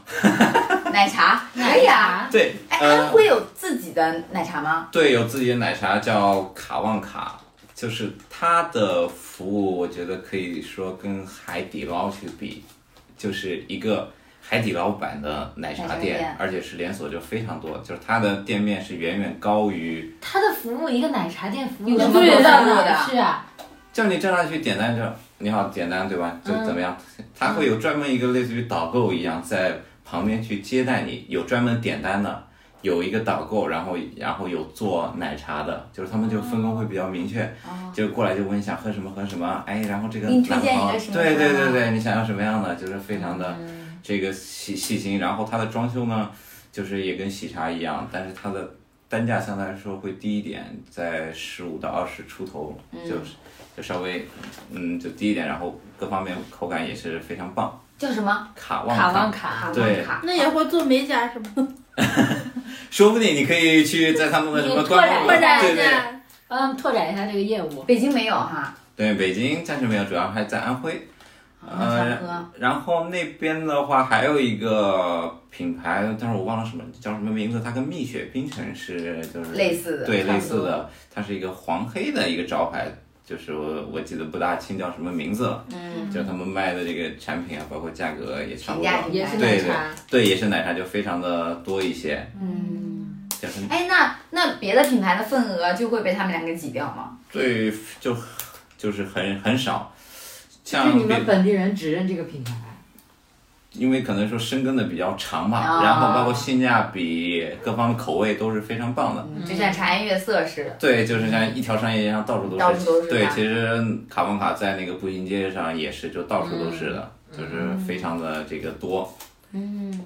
S2: 奶茶可以啊。
S5: 对，
S2: 哎，
S5: 呃
S2: 安，徽有自己的奶茶吗？
S5: 对，有自己的奶茶叫卡旺卡，就是它的服务，我觉得可以说跟海底捞去比，就是一个海底捞版的奶茶
S2: 奶茶
S5: 店，
S2: 店
S5: 而且是连锁就非常多，就是它的店面是远远高于，
S4: 它的服务一个奶茶店服务
S2: 有什
S4: 能
S2: 么
S4: 做
S2: 多
S4: 到
S2: 服务
S4: 哪
S2: 的
S4: 儿去啊？
S5: 就你正常去点单就你好点单对吧？就
S4: 嗯
S5: 怎么样？它会有专门一个类似于导购一样在旁边去接待你，有专门点单的。有一个导购，然后然后有做奶茶的，就是他们就分工会比较明确，
S2: 哦，
S5: 就过来就问你想喝什么喝什么，哎，然后这个
S2: 给你推荐
S5: 男朋友
S2: 一个什么啊嗯
S5: 对对
S2: 什么
S5: 对对，你想要什么样的，就是非常的这个细细心。然后它的装修呢，就是也跟喜茶一样，但是它的单价相对来说会低一点，在十五到二十出头，
S2: 嗯
S5: 就是就稍微嗯就低一点，然后各方面口感也是非常棒。
S2: 叫什么？啊
S5: 卡旺
S4: 卡旺
S5: 卡，
S4: 卡，
S5: 啊对，
S2: 卡
S3: 那也会做美甲什么的，
S5: 说不定你可以去在他们的什么
S4: 你拓
S5: 官
S4: 展
S5: 网，
S4: 拓展
S5: 对对
S4: 嗯，拓展一下这个业务。
S2: 北京没有哈，
S5: 对，北京暂时没有，主要还在安徽。
S2: 差不
S5: 呃
S2: 多，
S5: 然后那边的话还有一个品牌，但是我忘了什么叫什么名字，它跟蜜雪冰城是就是
S2: 类似的
S5: 对
S2: 差不多
S5: 类似的，它是一个黄黑的一个招牌，就是我我记得不大清叫什么名字了，
S2: 嗯，
S5: 就是他们卖的这个产品啊，包括价格也差不多
S2: 评价，
S4: 也是奶
S5: 对
S4: 茶，
S5: 对，也是奶茶就非常的多一些，
S2: 嗯，
S5: 就是
S2: 哎，那那别的品牌的份额就会被他们两个挤掉吗？
S5: 对就就是很很少，
S6: 是
S5: 像
S6: 你
S5: 别
S6: 们本地人只认这个品牌。
S5: 因为可能说深耕的比较长吧，
S2: 啊
S5: 然后包括性价比各方面口味都是非常棒的。
S2: 嗯就像茶颜悦色似的，
S5: 对，就是像一条商业街上到处都是，
S2: 到处都是啊
S5: 对，
S2: 吧
S5: 其实卡旺卡在那个步行街上也是，就到处都是的，就是非常的这个多。
S2: 嗯，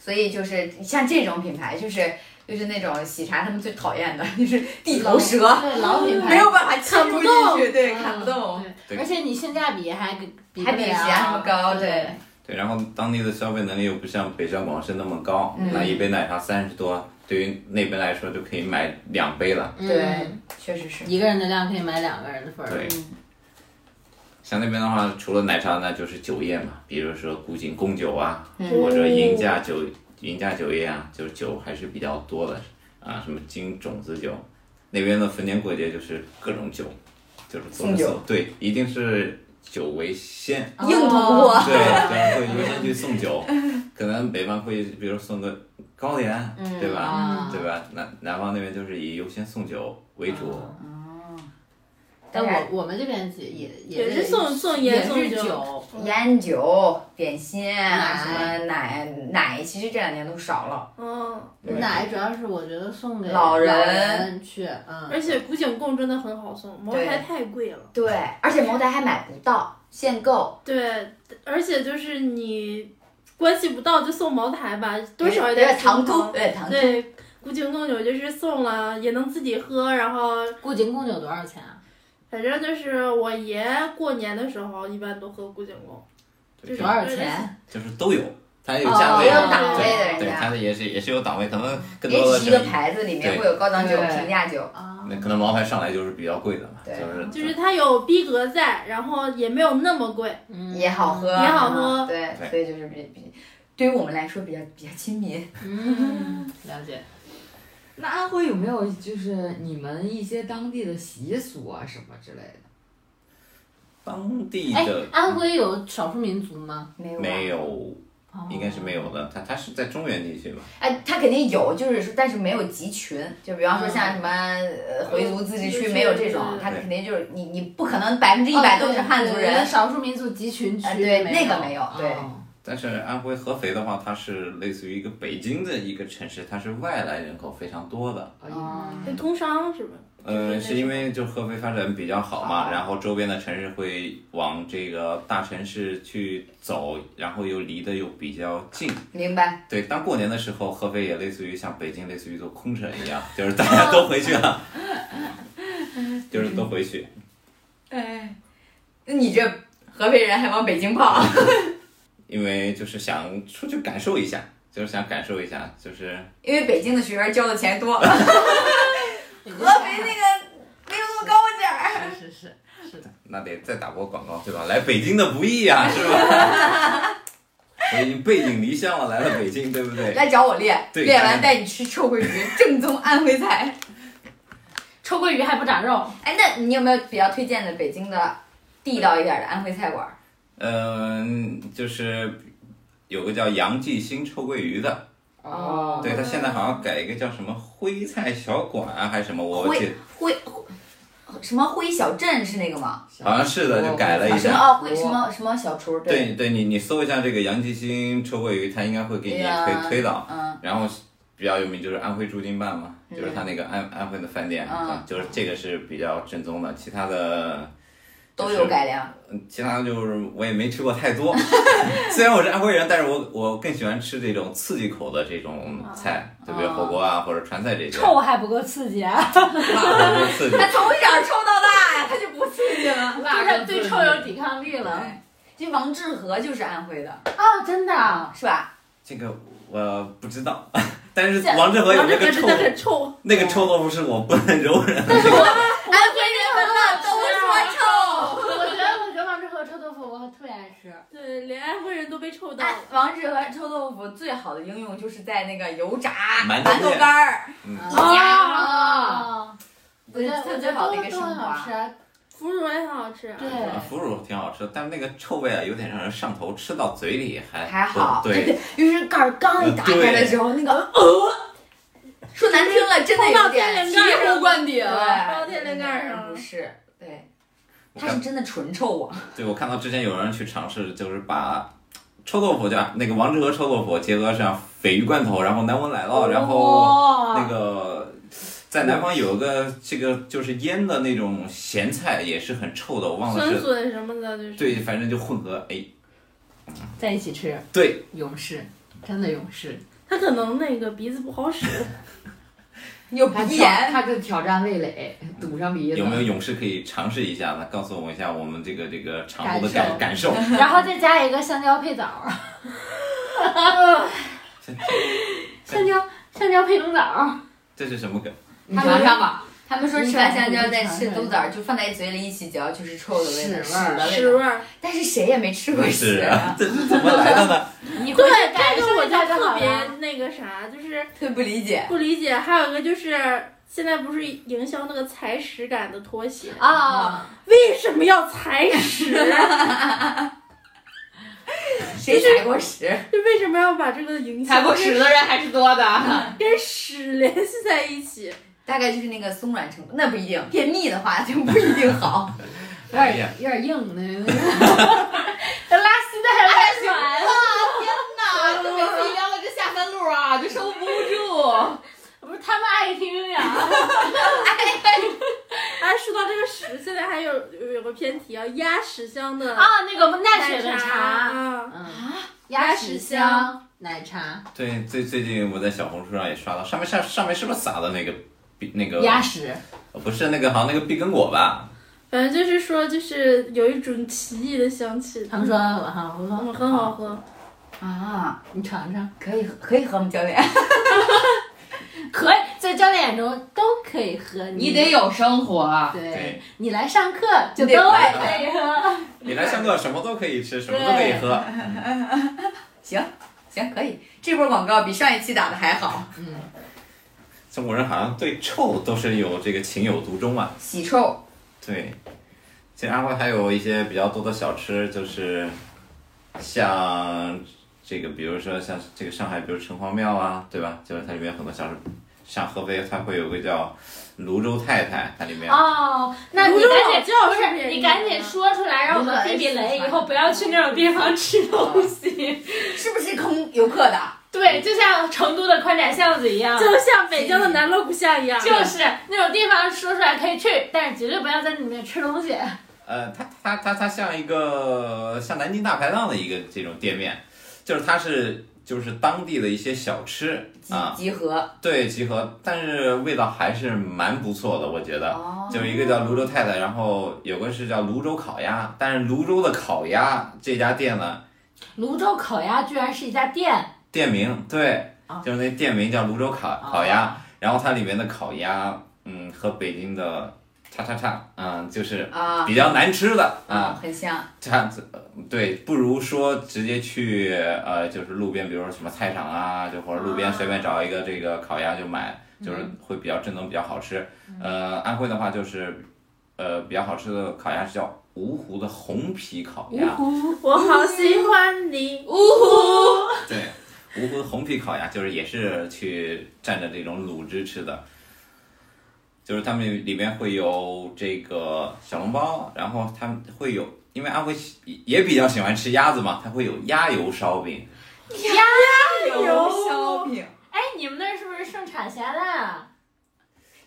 S2: 所以就是像这种品牌，就是就是那种喜茶他们最讨厌的，就是地头蛇，
S4: 对老品牌
S2: 没有办法侵入进
S3: 看不
S2: 去，对，
S4: 嗯
S2: 看不动，
S5: 对
S4: 而且你性价比还比比
S2: 还
S4: 不
S2: 比
S4: 了
S2: 喜茶他们高，对
S4: 对，，
S5: 对，然后当地的消费能力又不像北上广深那么高，
S2: 嗯
S5: 那一杯奶茶三十多，对于那边来说就可以买两杯了。
S4: 嗯
S2: 对确实是，
S4: 一个人的量可以买两个人的份儿。
S5: 对，
S2: 嗯
S5: 像那边的话，除了奶茶，那就是酒业嘛，比如说古井贡酒啊，
S2: 嗯
S5: 或者银价酒、银价酒业啊，就是酒还是比较多的啊，什么金种子酒，那边的逢年过节就是各种酒，就是都
S2: 送
S5: 是
S2: 酒
S5: 送对，一定是酒 为先，
S4: 哦
S2: 硬通货，
S5: 对，对，会优先去送酒，可能北方会比如送个糕点，对吧
S4: 嗯？
S5: 对吧？南南方那边就是以优先送酒为主，
S4: 但我我们这边也也
S3: 也是送送
S4: 也
S3: 盐
S4: 是
S3: 送
S4: 酒，
S2: 烟酒、点心啊，什么奶奶，其实这两年都少了。
S3: 嗯，
S5: 对吧
S4: 奶主要是我觉得送给
S2: 老人
S4: 人去，嗯，
S3: 而且古井贡真的很好送，茅台太贵了。
S2: 对，而且茅台还买不到，限购。
S3: 对，而且就是你关系不到就送茅台吧，多少
S2: 有
S3: 有
S2: 点
S3: 点
S2: 糖
S3: 心
S2: 沟，有
S3: 疼。
S2: 点糖沟。
S3: 对，古井贡酒就是送了也能自己喝，然后
S4: 顾井贡酒多少钱啊？
S3: 反正就是我爷过年的时候一般都喝古井贡，
S5: 对
S3: 是
S4: 多少钱？
S5: 就是都有，它有价
S4: 哦
S5: 位
S4: 也
S5: 啊的，
S4: 有档
S2: 位的人
S5: 对，对
S2: 家
S5: 它的也是也是有档位，可能更
S2: 啊也
S5: 多的
S2: 只是一个
S5: 是
S2: 牌子，里面
S5: 对
S2: 会有高档酒、
S6: 对
S2: 平价酒。
S4: 啊，
S5: 那可能茅台上来就是比较贵的嘛，
S2: 对
S5: 就是
S3: 就是它有逼格在，然后也没有那么贵。
S4: 嗯
S2: 也好喝，嗯
S3: 也好喝
S2: 对，
S5: 对
S2: 所以就是比比，对于我们来说比较比较亲民。
S4: 嗯，了解。
S1: 那安徽有没有就是你们一些当地的习俗啊什么之类的？
S5: 当地
S4: 哎
S5: 的，
S4: 安徽有少数民族吗？
S2: 没有啊
S5: 没有应该是没有的。它它是在中原地区吧？
S2: 哎，它肯定有，就是说，但是没有集群，就比方说像什么呃回族自治区没有这种，它肯定就是你你不可能百分之一百都是汉族人，
S4: 少数民族集群区
S2: 啊对
S4: 没
S2: 那个没有嗯对
S4: 哦
S5: 但是安徽合肥的话，它是类似于一个北京的一个城市，它是外来人口非常多的。
S1: 啊，
S3: 就通商是吧？
S5: 呃，是因为就合肥发展比较好嘛，然后周边的城市会往这个大城市去走，然后又离得又比较近。
S2: 明白？
S5: 对，当过年的时候，合肥也类似于像北京，类似于做空城一样，就是大家都回去 了，就是都回去。
S2: 哎，那你这合肥人还往北京跑？啊
S5: 因为就是想出去感受一下，就是想感受一下，就是
S2: 因为北京的学员交的钱多， 合肥
S4: 合
S2: 那个没有那么高点儿。
S4: 是是是的，
S5: 那得再打波广告对吧？来北京的不易呀、是吧？ 我已经背井离乡了，来了北京，对不对？
S2: 来找我练，
S5: 对
S2: 练完带你吃臭鳜鱼，正宗安徽菜。
S4: 臭鳜鱼还不长肉，
S2: 哎，那你有没有比较推荐的北京的地道一点的安徽菜馆儿？
S5: 嗯、就是有个叫杨记新臭鳜鱼的，
S2: 哦
S5: 对他现在好像改一个叫什么徽菜小馆啊还是什么，我记
S2: 徽徽徽什么徽小镇是那个吗？
S5: 好像是的，就改了一
S2: 什么
S5: 下。
S2: 哦徽什么什么小厨？
S5: 对对，你你搜一下这个杨记新臭鳜鱼，他应该会给你
S2: 对呀
S5: 推推导。
S2: 嗯，
S5: 然后比较有名就是安徽驻京办嘛，就是他那个安安徽的饭店，啊
S2: 嗯
S5: 就是这个是比较正宗的，其他的
S2: 都有改良。
S5: 其他的就是我也没吃过太 多。虽然我是安徽人，但是我我更喜欢吃这种刺激口的这种菜，就比如火锅啊啊或者川菜这些，
S4: 臭还不够刺激啊！
S5: 辣的刺激。
S2: 他从小抽到大呀，他就不刺激了。
S4: 就是他对臭有抵抗力了
S2: 对，这王致和就是安徽的，
S4: 哦，真的啊，
S2: 是吧？
S5: 这个我不知道， 但是王致和有那个臭
S3: 真的很臭，
S5: 那个臭豆腐是我不能 容忍的。
S2: 安徽人闻了都说啊臭。
S4: 我觉得我觉得王致和臭豆腐我特别爱 吃，
S3: 对，连安徽人都被臭到
S2: 哎
S3: 了。，
S2: 王致和臭豆腐最好的应用就是在那个油炸
S5: 馒头
S2: 馒头
S5: 面
S2: 干儿，
S5: 嗯
S4: 哦
S6: 啊，
S4: 啊，
S2: 不是
S4: 我觉得
S2: 它最好的一个升
S4: 我觉得都很好
S2: 华
S4: 吃。啊，
S3: 腐乳也很好吃，啊
S4: 对，
S5: 腐乳挺好吃，但是那个臭味啊，有点让人上头，吃到嘴里还
S2: 还好。
S5: 对，
S2: 哎 对，于是盖儿刚一打开的时候，那个呃，说难听了，真的有点
S3: 碰到天灵
S6: 醍
S3: 盖儿
S6: 醐灌顶。
S3: 碰
S2: 对，
S3: 到
S2: 嗯
S3: 电线杆儿上了
S2: 不是，对，
S5: 我
S2: 它
S5: 看
S2: 是真的纯臭啊。
S5: 对，我看到之前有人去尝试，就是把臭豆腐叫那个王致和臭豆腐结合上鲱鱼罐头，然后南文奶酪，哦然后那
S4: 哇，
S5: 个在南方有个这个就是腌的那种咸菜，也是很臭的，我忘了
S3: 酸
S5: 是。
S3: 笋什么的，就是
S5: 对，反正就混合，哎，
S4: 在一起吃，
S5: 对，
S4: 勇士，真的勇士，
S3: 他可能那个鼻子不 好使，
S2: 有
S1: 他
S2: 鼻
S1: 挑
S2: 炎，
S1: 他就挑战味蕾，堵上鼻子。
S5: 有没有勇士可以尝试一下呢？告诉我一下我们这个这个尝后的感感受。
S4: 然后再加一个香蕉配枣， 香蕉香蕉配红枣，
S5: 这是什么梗？
S1: 你尝尝吧，
S2: 他们说吃完香蕉再吃豆枣，就放在嘴里一起嚼，就是臭的味道，
S4: 屎味儿
S2: 屎
S3: 屎
S2: 的味 道。
S3: 味儿。
S2: 但是谁也没吃过
S5: 不
S2: 屎
S5: 是啊，，这是怎么来的呢？
S4: 你回
S3: 对
S4: 去感，
S3: 这个
S4: 受
S3: 我
S4: 一
S3: 就
S4: 下就
S3: 特
S4: 好
S3: 别
S4: 了。
S3: 那个啥，就是
S2: 特别不理解。
S3: 不理解。还有一个就是，现在不是营销那个踩屎感的拖鞋，
S4: 啊，
S3: 为什么要踩屎？
S2: 嗯谁踩过屎？
S3: 就为什么要把这个营销
S6: 踩过屎的人还是 多的。
S3: 跟屎联系在一起？
S2: 大概就是那个松软程度，那不一定。便秘的话就不一定好。
S4: 有
S5: 哎呀
S4: 点，有点硬 呢，拉稀的还拉软。
S6: 啊，每次一聊到这下三路啊，就收不住。
S4: 不是他们爱听呀，
S3: 哎，说到这个屎，现在还有有有个偏题啊，鸭屎香 的
S4: 啊，那个
S3: 奶
S4: 奈雪的茶，
S3: 啊，
S4: 嗯，
S3: 鸭
S4: 鸭
S3: 屎
S4: 屎
S3: 香
S4: 香奶茶，
S5: 对，最最近我在小红书上也刷到，上面上上面是不是撒的那个比那个
S4: 鸭屎，
S5: 呃不是那个好像那个碧根果吧？
S3: 反正就是说，就是有一种奇异的香气，
S4: 他们说哈，我
S3: 嗯，
S4: 说
S3: 很好，喝。
S2: 啊，
S4: 你尝尝，
S2: 可以可以喝吗，教练？
S4: 可以在教练眼中都可以喝，
S6: 你得有生活，
S4: 对
S5: 对，
S4: 你来上课就
S2: 你得
S4: 都
S2: 乖
S4: 可以喝，
S5: 你来上课什么都可以吃，什么都可以喝。
S2: 行 行，可以。这波广告比上一期打的还好。
S5: 中国人好像对臭都是有这个情有独钟啊。
S2: 洗臭，
S5: 对，其实安徽还有一些比较多的小吃，就是像这个比如说像这个上海，比如城隍庙啊，对吧？就是它里面有很多小吃。像合肥，它会有个叫泸州太太，它里面
S7: 哦，那你
S3: 泸州
S7: 赶
S3: 老
S7: 紧
S3: 窖
S7: 不
S3: 是不
S7: 是
S3: 是
S7: 你赶紧说出来，让我们避避雷，以后不要去那种地方吃东西。
S2: 是不是坑游客的？
S7: 对，就像成都的宽窄巷子一样，
S3: 就像北京的南锣鼓巷一样，
S7: 就是那种地方说出来可以去，但是绝对不要在里面吃东西。
S5: 呃，它它它它像一个像南京大排档的一个这种店面，就是它是就是当地的一些小吃
S2: 集
S5: 啊，
S2: 集合
S5: 对集合，但是味道还是蛮不错的，我觉得。
S2: 哦
S5: 就一个叫泸州太太，然后有个是叫泸州烤鸭，但是泸州的烤鸭这家店呢，
S4: 泸州烤鸭居然是一家店，
S5: 店名对，
S2: 哦
S5: 就是那店名叫泸州烤烤鸭，然后它里面的烤鸭，嗯，和北京的叉叉叉，嗯，就是
S2: 啊
S5: 比较难吃的
S2: 嗯
S5: 啊，
S2: 很像
S5: 这样子，呃对，不如说直接去呃，就是路边，比如说什么菜场啊，就或者路边随便找一个这个烤鸭就买，就是会比较正宗，比较好吃。呃，安徽的话就是，呃，比较好吃的烤鸭是叫芜湖的红皮烤鸭，
S3: 我好喜欢你，
S5: 对，芜湖的红皮烤鸭就是也是去蘸着这种卤汁吃的，就是他们里面会有这个小笼包，然后他们会有，因为安徽喜也比较喜欢吃鸭子嘛，它会有鸭油烧饼。
S2: 油烧饼。
S7: 哎，你们那儿是不是盛产咸鸭蛋啊？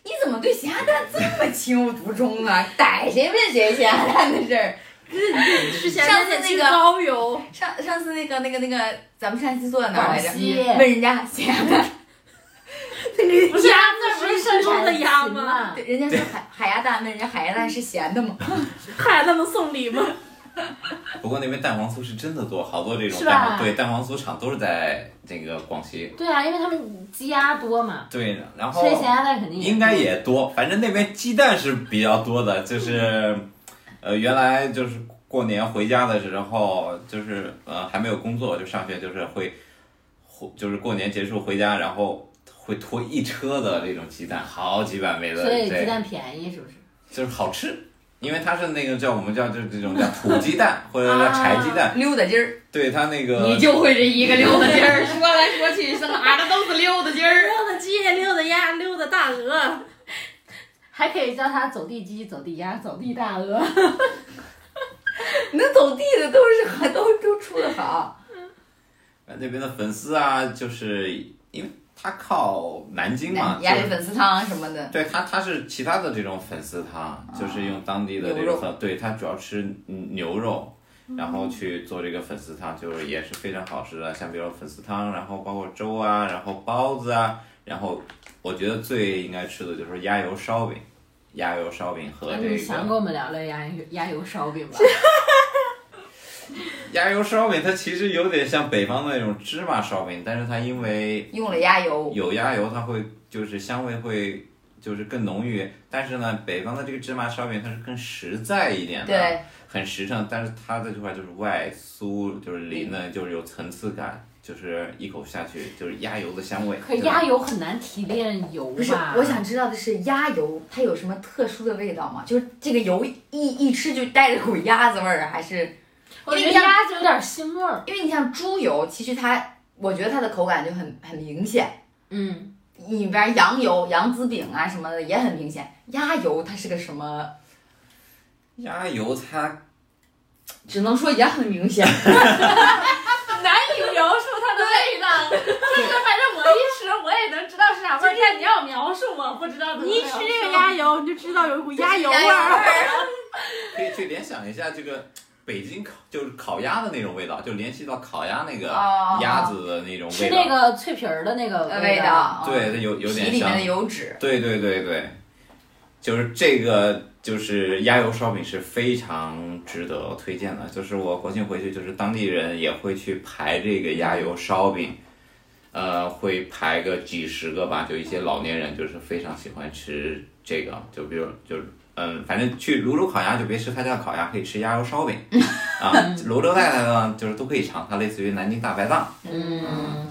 S2: 你怎么对咸鸭蛋这么情有独钟啊？逮谁问谁咸鸭蛋的事儿。
S3: 之前
S2: 上次
S3: 那
S2: 那个
S3: 高邮，
S2: 上上次那个那个那个，咱们上次坐在哪儿
S4: 广
S2: 来着？
S4: 西
S2: 问人家咸鸭蛋，
S3: 不是
S7: 鸭子不是盛
S3: 中
S7: 产
S3: 的鸭
S7: 禽
S3: 吗？
S2: 对，人家说海海鸭蛋，问人家海鸭蛋是咸的 吗？
S3: 害他们送礼吗？
S5: 不过那边蛋黄酥是真的多，好多这种
S4: 是
S5: 蛋
S4: 吧
S5: 黄对蛋黄酥厂都是在这个广西。
S4: 对啊，因为他们鸡鸭多嘛，
S5: 对，然后
S4: 所以咸鸭蛋肯定
S5: 应该也多，反正那边鸡蛋是比较多的，就是，呃，原来就是过年回家的时候，就是呃还没有工作就上学，就是会，回就是过年结束回家，然后会拖一车的这种鸡蛋，好几百枚的，
S4: 所以鸡
S5: 对，
S4: 蛋便宜是不是？
S5: 就是好吃，因为它是那个叫我们叫就是这种叫土鸡蛋或者叫柴鸡蛋，
S2: 溜达鸡儿，
S5: 对它那个
S6: 你就会这一个溜达 劲儿，说来说去是哪儿的都是溜达劲儿。
S3: 溜达啊鸡，溜达鸭，溜达大鹅，
S4: 还可以叫它走地鸡、走地鸭、走地大鹅。
S2: 能走地的都是好，都都出的好。
S5: 那边的粉丝啊，就是因为它靠南京嘛，
S2: 鸭
S5: 就
S2: 血
S5: 是
S2: 粉丝汤什么的，
S5: 对它，它是其他的这种粉丝汤，就是用当地的这
S2: 牛肉
S5: 种粉，对它主要吃嗯牛肉，然后去做这个粉丝汤，就是也是非常好吃的，像比如粉丝汤，然后包括粥啊，然后包子啊，然后我觉得最应该吃的就是鸭油烧饼，鸭油烧饼和这
S4: 哎你想跟
S5: 个
S4: 我们聊聊鸭油鸭油烧饼吧？
S5: 鸭油烧饼，它其实有点像北方的那种芝麻烧饼，但是它因为
S2: 用了鸭油，
S5: 有鸭油，它会就是香味会就是更浓郁，但是呢，北方的这个芝麻烧饼它是更实在一点的，
S2: 对，
S5: 很实诚，但是它这块就是外酥，就是里嫩，就是有层次感，就是一口下去就是鸭油的香味。
S4: 可是
S5: 对吧
S4: 鸭油很难提炼油吧？
S2: 不是，我想知道的是鸭油它有什么特殊的味道吗？就是这个油一一吃就带着股鸭子味儿，啊还是
S7: 我
S2: 因
S7: 觉
S2: 为
S7: 得
S2: 鸭
S7: 鸭子有点腥味儿。
S2: 因为你像猪油，其实它我觉得它的口感就很很明显。
S4: 嗯，
S2: 里边羊油、羊子饼啊什么的也很明显，鸭油它是个什么？
S5: 鸭油它
S6: 只能说也很明显，
S7: 难以描述它的味道，就是反正我一吃我也能知道是啥味儿，但你要描述我不知道怎么
S3: 你一
S7: 描
S3: 吃
S7: 述
S3: 这
S4: 嗯
S3: 个鸭油，你就知道有一股鸭油味
S2: 鸭
S3: 儿。
S5: 可以去联想一下这个北京烤就是烤鸭的那种味道，就联系到烤鸭那个
S2: 哦
S5: 鸭子的那种
S4: 吃
S5: 味
S4: 那
S5: 道，
S4: 个脆皮儿的那个
S2: 呃
S4: 味
S2: 味道，
S5: 对，它有有
S2: 皮
S5: 点
S2: 里面
S5: 像
S2: 的油脂，
S5: 对对对对，就是这个，就是鸭油烧饼是非常值得推荐的。就是我国庆回去，就是当地人也会去排这个鸭油烧饼，呃，会排个几十个吧。就一些老年人就是非常喜欢吃这个，就比如就是。嗯，反正去泸州烤鸭就别吃他家的烤鸭，可以吃鸭油烧饼 啊。泸州太太呢，就是都可以尝，它类似于南京大排档。
S4: 嗯，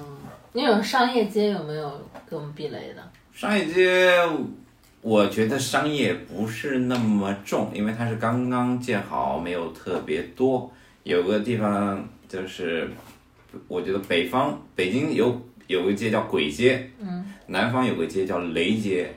S4: 那种商业街有没有给我们避雷的？
S5: 商业街，我觉得商业不是那么重，因为它是刚刚建好，没有特别多。有个地方就是我觉得北方北京有有个街叫簋街，
S4: 嗯，
S5: 南方有个街叫雷街，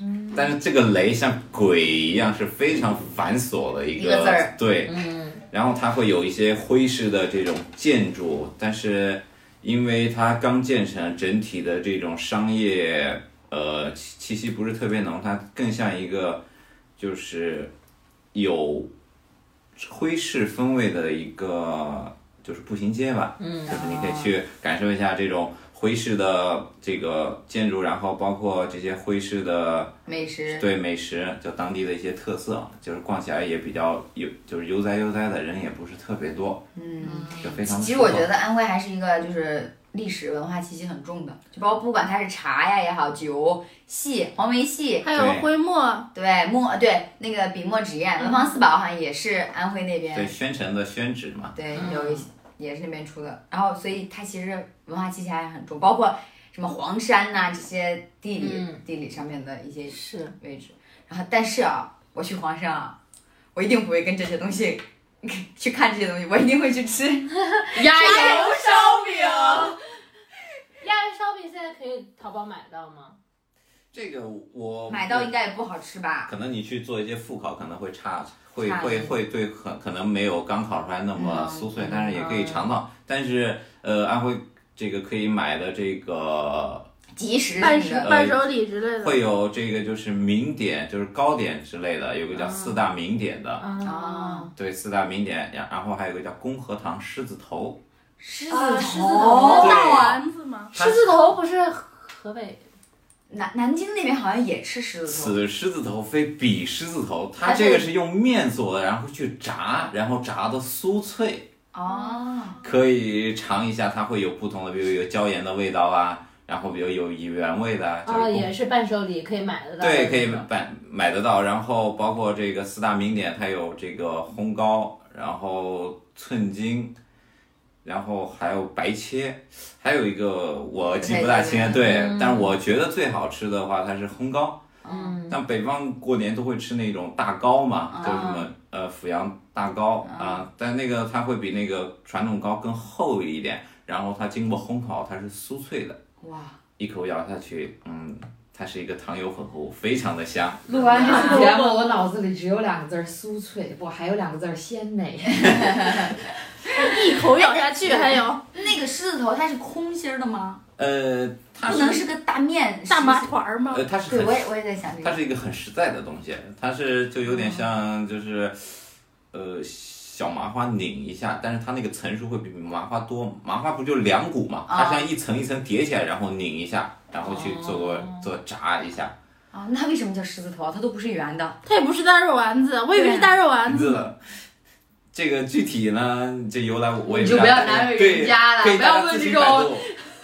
S5: 嗯，但是这个雷像鬼一样是非常繁琐的一
S2: 一
S5: 个
S2: 个字儿
S5: 对，
S4: 嗯，
S5: 然后它会有一些徽式的这种建筑，但是因为它刚建成，整体的这种商业呃气气息不是特别浓，它更像一个就是有徽式风味的一个就是步行街吧，
S4: 嗯
S5: 就是你可
S2: 哦
S5: 以去感受一下这种徽式的这个建筑，然后包括这些徽式的。
S2: 美食，
S5: 对美食，就当地的一些特色，就是逛起来也比较悠，就是悠哉悠哉的人也不是特别多，
S2: 嗯，
S5: 就非常。
S2: 其实我觉，得安徽还是一个就是历史文化气息很重的，就包括不管它是茶呀也好，酒、戏、黄梅戏，
S3: 还有徽墨，
S2: 对墨对那个笔墨纸砚，文房四宝好像也是安徽那边
S5: 对宣城的宣纸嘛，
S2: 对，有一些也是那边出的。然后，所以它其实文化气息还很重，包括什么黄山呐、这些地理、
S4: 嗯
S2: 地理上面的一些
S4: 是
S2: 位置。然后，但是啊，我去黄山啊，我一定不会跟这些东西 去看这些东西，我一定会去吃
S6: 鸭
S2: 油烧饼。
S4: 鸭油烧饼现在可以淘宝买到吗？
S5: 这个我
S2: 买到应该也不好吃吧？
S5: 可能你去做一些复烤，可能会差，会
S2: 差一
S5: 会
S2: 点
S5: 会对可可能没有刚烤出来那
S2: 嗯
S5: 么酥脆，但是也可以尝到。但是呃，安徽这个可以买的这个
S2: 即食
S3: 伴
S2: 那
S3: 手
S2: 个，
S3: 伴手礼之
S2: 嗯
S3: 类的。
S5: 会有这个就是名点，就是糕点之类的，有
S2: 嗯
S5: 个叫四大名点的，
S2: 啊，
S5: 对四大名点，然然后还有个叫公和堂狮子头。
S2: 狮
S4: 啊
S2: 子
S4: 狮子
S2: 头
S4: 头
S5: 对
S3: 大丸子吗？
S5: 它
S4: 狮子头不是河北
S2: 南南京那边好像也吃狮子头。
S5: 此狮子头非彼狮子头，它
S2: 它
S5: 这个
S2: 是
S5: 是用面做的，然后去炸，然后炸的酥脆，
S2: 哦，
S5: 可以尝一下，它会有不同的，比如有椒盐的味道啊，然后比如有原味的啊，就是
S4: 啊，
S5: 不
S4: 也是伴手礼可以买得到的那
S5: 对，
S4: 种。
S5: 可以买买得到。然后包括这个四大名点，它有这个烘糕，然后寸金，然后还有白切，还有一个我记不大清，对，嗯但是我觉得最好吃的话，它是烘糕。
S2: 嗯，
S5: 像北方过年都会吃那种大糕嘛，
S2: 啊
S5: 就是什么呃阜阳大糕啊，但那个它会比那个传统糕更厚一点，然后它经过烘烤，它是酥脆的，
S2: 哇，
S5: 一口咬下去，嗯，它是一个糖油混合物，非常的香。
S1: 录完这期节目，我脑子里只有两个字儿酥脆，不，还有两个字儿鲜美。
S3: 一口咬下去，还有
S2: 那个狮子头它是空心儿的吗？
S5: 呃，它
S2: 不
S5: 是
S2: 能是个大面
S3: 大麻
S2: 狮子
S3: 团儿吗
S5: 呃？它是
S2: 对，
S5: 很
S2: 我也我也在想这
S5: 它
S2: 个。
S5: 是一个很实在的东西，它是就有点
S6: 嗯
S5: 像就是，呃，小麻花拧一下，但是它那个层数会比麻花多，麻花不就两股嘛，
S2: 啊
S5: 它像一层一层叠起来，然后拧一下，然后去做
S6: 哦
S5: 个做炸一下，
S2: 啊，那为什么叫狮子头啊？它都不是圆的。
S3: 它也不是大肉丸子，我以为是大肉丸
S6: 啊
S5: 名
S3: 子。
S5: 字了。嗯这个具体呢，这由来我我也
S6: 你就不要难为人家了
S5: 对可以
S6: 不要
S5: 大家
S6: 问
S5: 自行
S6: 这种
S5: 百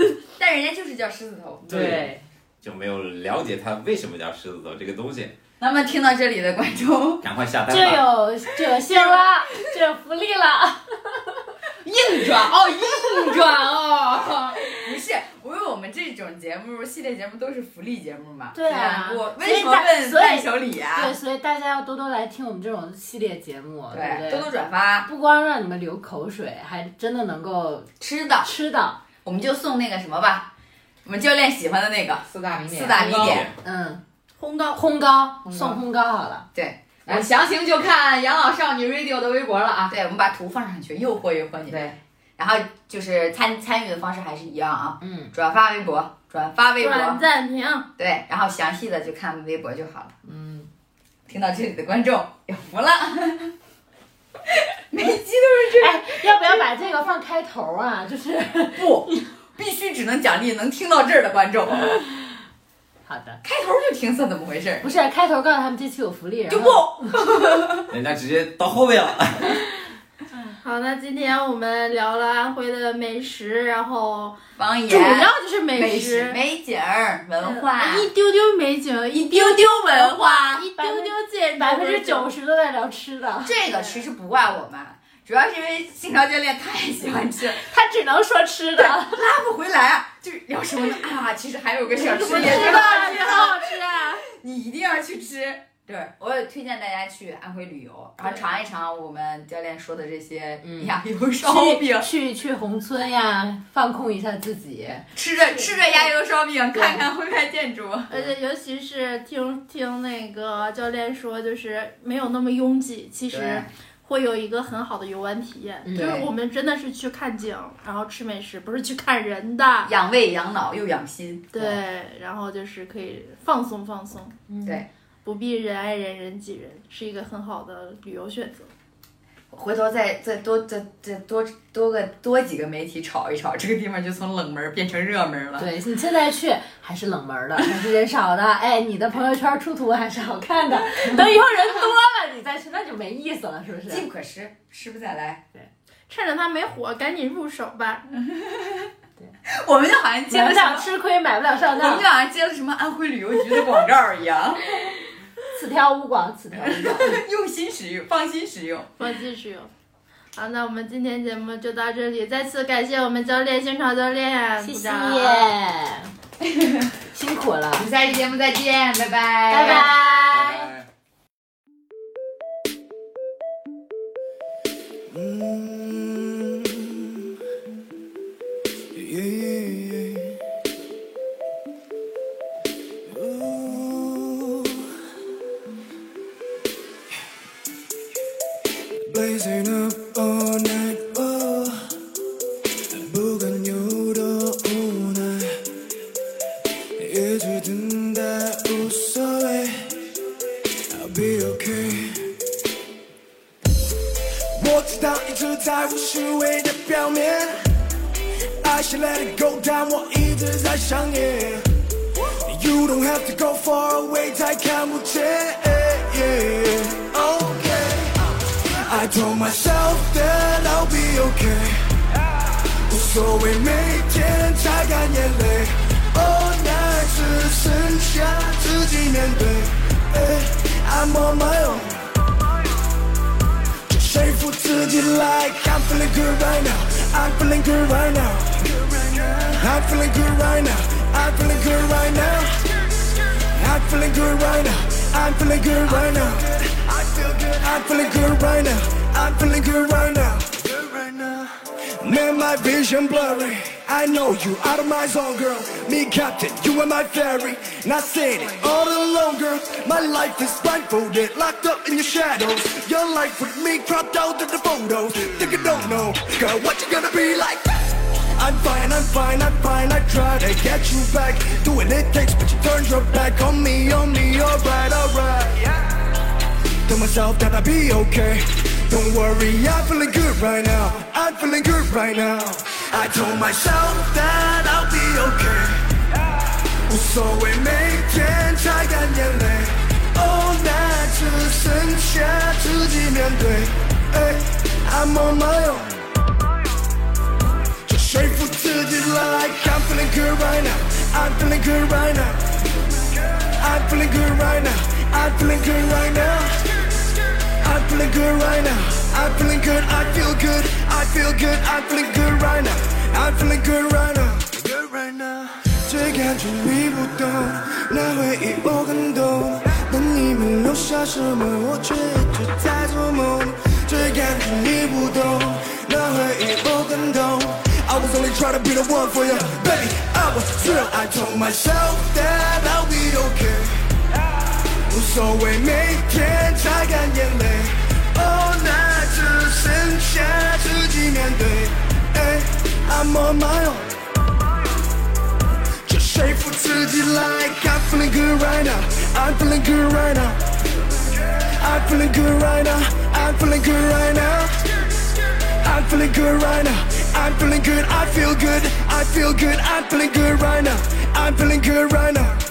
S5: 度
S2: 但人家就是叫狮子头。
S5: 对，就没有了解它为什么叫狮子头这个东西，
S2: 那么听到这里的观众，
S5: 赶快下 单
S4: 这
S5: 吧。
S4: 有这有馅儿啦，这有福 利了。
S6: 硬转哦，硬转哦，
S2: 不是，因为我们这种节目系列节目都是福利节目嘛。
S3: 对啊
S2: 我
S4: 所
S2: 为
S4: 以
S2: 什么
S4: 大
S2: 问
S4: 所以
S2: 伴手礼啊
S4: 对，？所以大家要多多来听我们这种系列节目，对
S2: 对，多
S4: 不
S2: 多
S4: 对？
S2: 转发，
S4: 不光让你们流口水，还真的能够
S2: 吃的
S4: 吃到。
S2: 我们就送那个什么吧，我们教练喜欢的那个
S1: 四大名点。
S2: 四大名点。
S4: 嗯，
S3: 烘糕，
S4: 烘糕送烘糕好了，
S2: 对
S1: 哎，详情就看养老少女 Radio 的微博了啊。
S2: 对，我们把图放上去，诱惑诱惑你。
S1: 对，
S2: 然后就是参参与的方式还是一样啊，
S4: 嗯，
S2: 转发微博，转发微博，
S3: 转暂停，
S2: 对，然后详细的就看微博就好了。
S1: 嗯，
S2: 听到这里的观众有福了， 每期
S4: 哎要不要把这个放开头啊？ 就是
S2: 都不，必须只能奖励能听到这儿的观众。
S4: 好的，
S2: 开头就听算怎么回事儿，
S4: 不是开头告诉他们这期有福利，然
S2: 就
S4: 后
S2: 不
S5: 人家直接到后面了。
S3: 好，那今天我们聊了安徽的美食，然后
S2: 方
S3: 主
S2: 言、
S3: 要就是
S2: 美
S3: 食，呃嗯
S2: 美景儿、文化，
S3: 一丢丢美景，一丢
S2: 丢丢文化。
S3: 一丢丢建筑，
S4: 百分之九十都在聊吃的，
S2: 这个其实不怪我们，主要是因为新潮教练太喜欢吃了，
S4: 他只能说吃的。
S2: 拉不回来啊，就是聊什么呢啊，其实还有个小吃
S3: 吃
S2: 也挺好吃
S3: 的，
S2: 的
S3: 挺好吃啊。
S2: 你一定要去吃。对，我也推荐大家去安徽旅游，然后尝一尝我们教练说的这些鸭油烧饼，
S4: 去去去宏村呀，放空一下自己。
S2: 吃着吃着鸭油烧饼，看看徽派建筑。
S3: 而且尤其是听听那个教练说，就是没有那么拥挤，其实
S2: 对
S3: 会有一个很好的游玩体验。
S4: 嗯
S3: 就是
S2: 对
S3: 我们真的是去看景，然后吃美食，不是去看人的。
S2: 养胃养脑又养心。
S3: 对，然后就是可以放松放松，
S4: 嗯
S2: 对，
S3: 不必人挨人人挤人，是一个很好的旅游选择。
S2: 回头再再多再再多多个多几个媒体炒一炒，这个地方就从冷门变成热门了。
S4: 对你现在去还是冷门的，还是人少的，哎，你的朋友圈出图还是好看的。等以后人多了，你再去那就没意思了，是不是？
S2: 机不可失，失不再来。
S3: 趁着它没火，赶紧入手吧。
S2: 我们就好像接
S4: 买不
S2: 了什
S4: 了
S2: 么，
S4: 吃亏，买不了上
S2: 我们
S4: 当
S2: 就，好像接了什么安徽旅游局的广告一样，
S4: 此条无广，此条无广。
S2: 用心使用，放心使用。
S3: 我继续有。好，那我们今天节目就到这里，再次感谢我们教练星潮教练，
S4: 谢
S3: 鼓
S4: 谢
S3: 掌，
S4: 辛苦了。
S2: 我们下期节目再见，拜拜，
S3: 拜拜
S5: 拜拜。嗯
S8: Mm. Yeah. Ooh. Blazing up all night, oh. 부근요도 오나. 예주 든다, 웃어해. I'll be okay. 我知道一直在乎虚伪的表面，I should let it go，但我一直在想念。You don't have to go far away，再看不见。Okay，I told myself that I'll be okay，无所谓每天擦干眼泪。Oh，那只剩下自己面对。I'm Eh, on my own。说服自己，like I'm feeling good right now, I'm feeling good right now, I'm feeling good right now, I'm feeling good right now, I'm feeling good right now, I'm feeling good right now, I'm feeling good right now, I'm feeling good right now. Man, my vision blurry. I know you out of my zone, girl. Me captain, you and my fairy. Not saying it all alone, girl. My life is blindfolded, locked up in your shadows. Your life with me cropped out in the photos. Think you don't know, girl, what you gonna be like? I'm fine, I'm fine, I'm fine. I try to get you back. Do what it takes, but you turn your back on me, on me. Alright, alright. Tell myself that I'll be okay. Don't worry, I'm feeling good right now. I'm feeling good right now. I told myself that I'll be okay. So we make it, I got your leg. Oh, that's just to I'm on my own. Just grateful to the light. I'm feeling good right now. I'm feeling good right now. I'm feeling good right now. I'm feeling good right now. I'm feeling good right now. I'm feeling good. I feel good. I feel good. I'm feeling good right now. I'm feeling good right now. Good right now. 只感觉你不懂，那回忆我很懂，但你们留下什么，我却一直在做梦。只感觉你不懂，那回忆我很懂。I was only trying to be the one for you, baby. I was real. I told myself that I'll be okay. 无所谓每天擦干眼泪。哦，那只剩下自己面对。哎，I'm on my own，就说服自己，like I'm feeling good right now，I'm feeling good right now，I'm feeling good right now，I'm feeling good right now，I'm feeling good right now，I'm feeling good，I feel good，I feel good，I'm feeling good right now，I'm feeling good right now。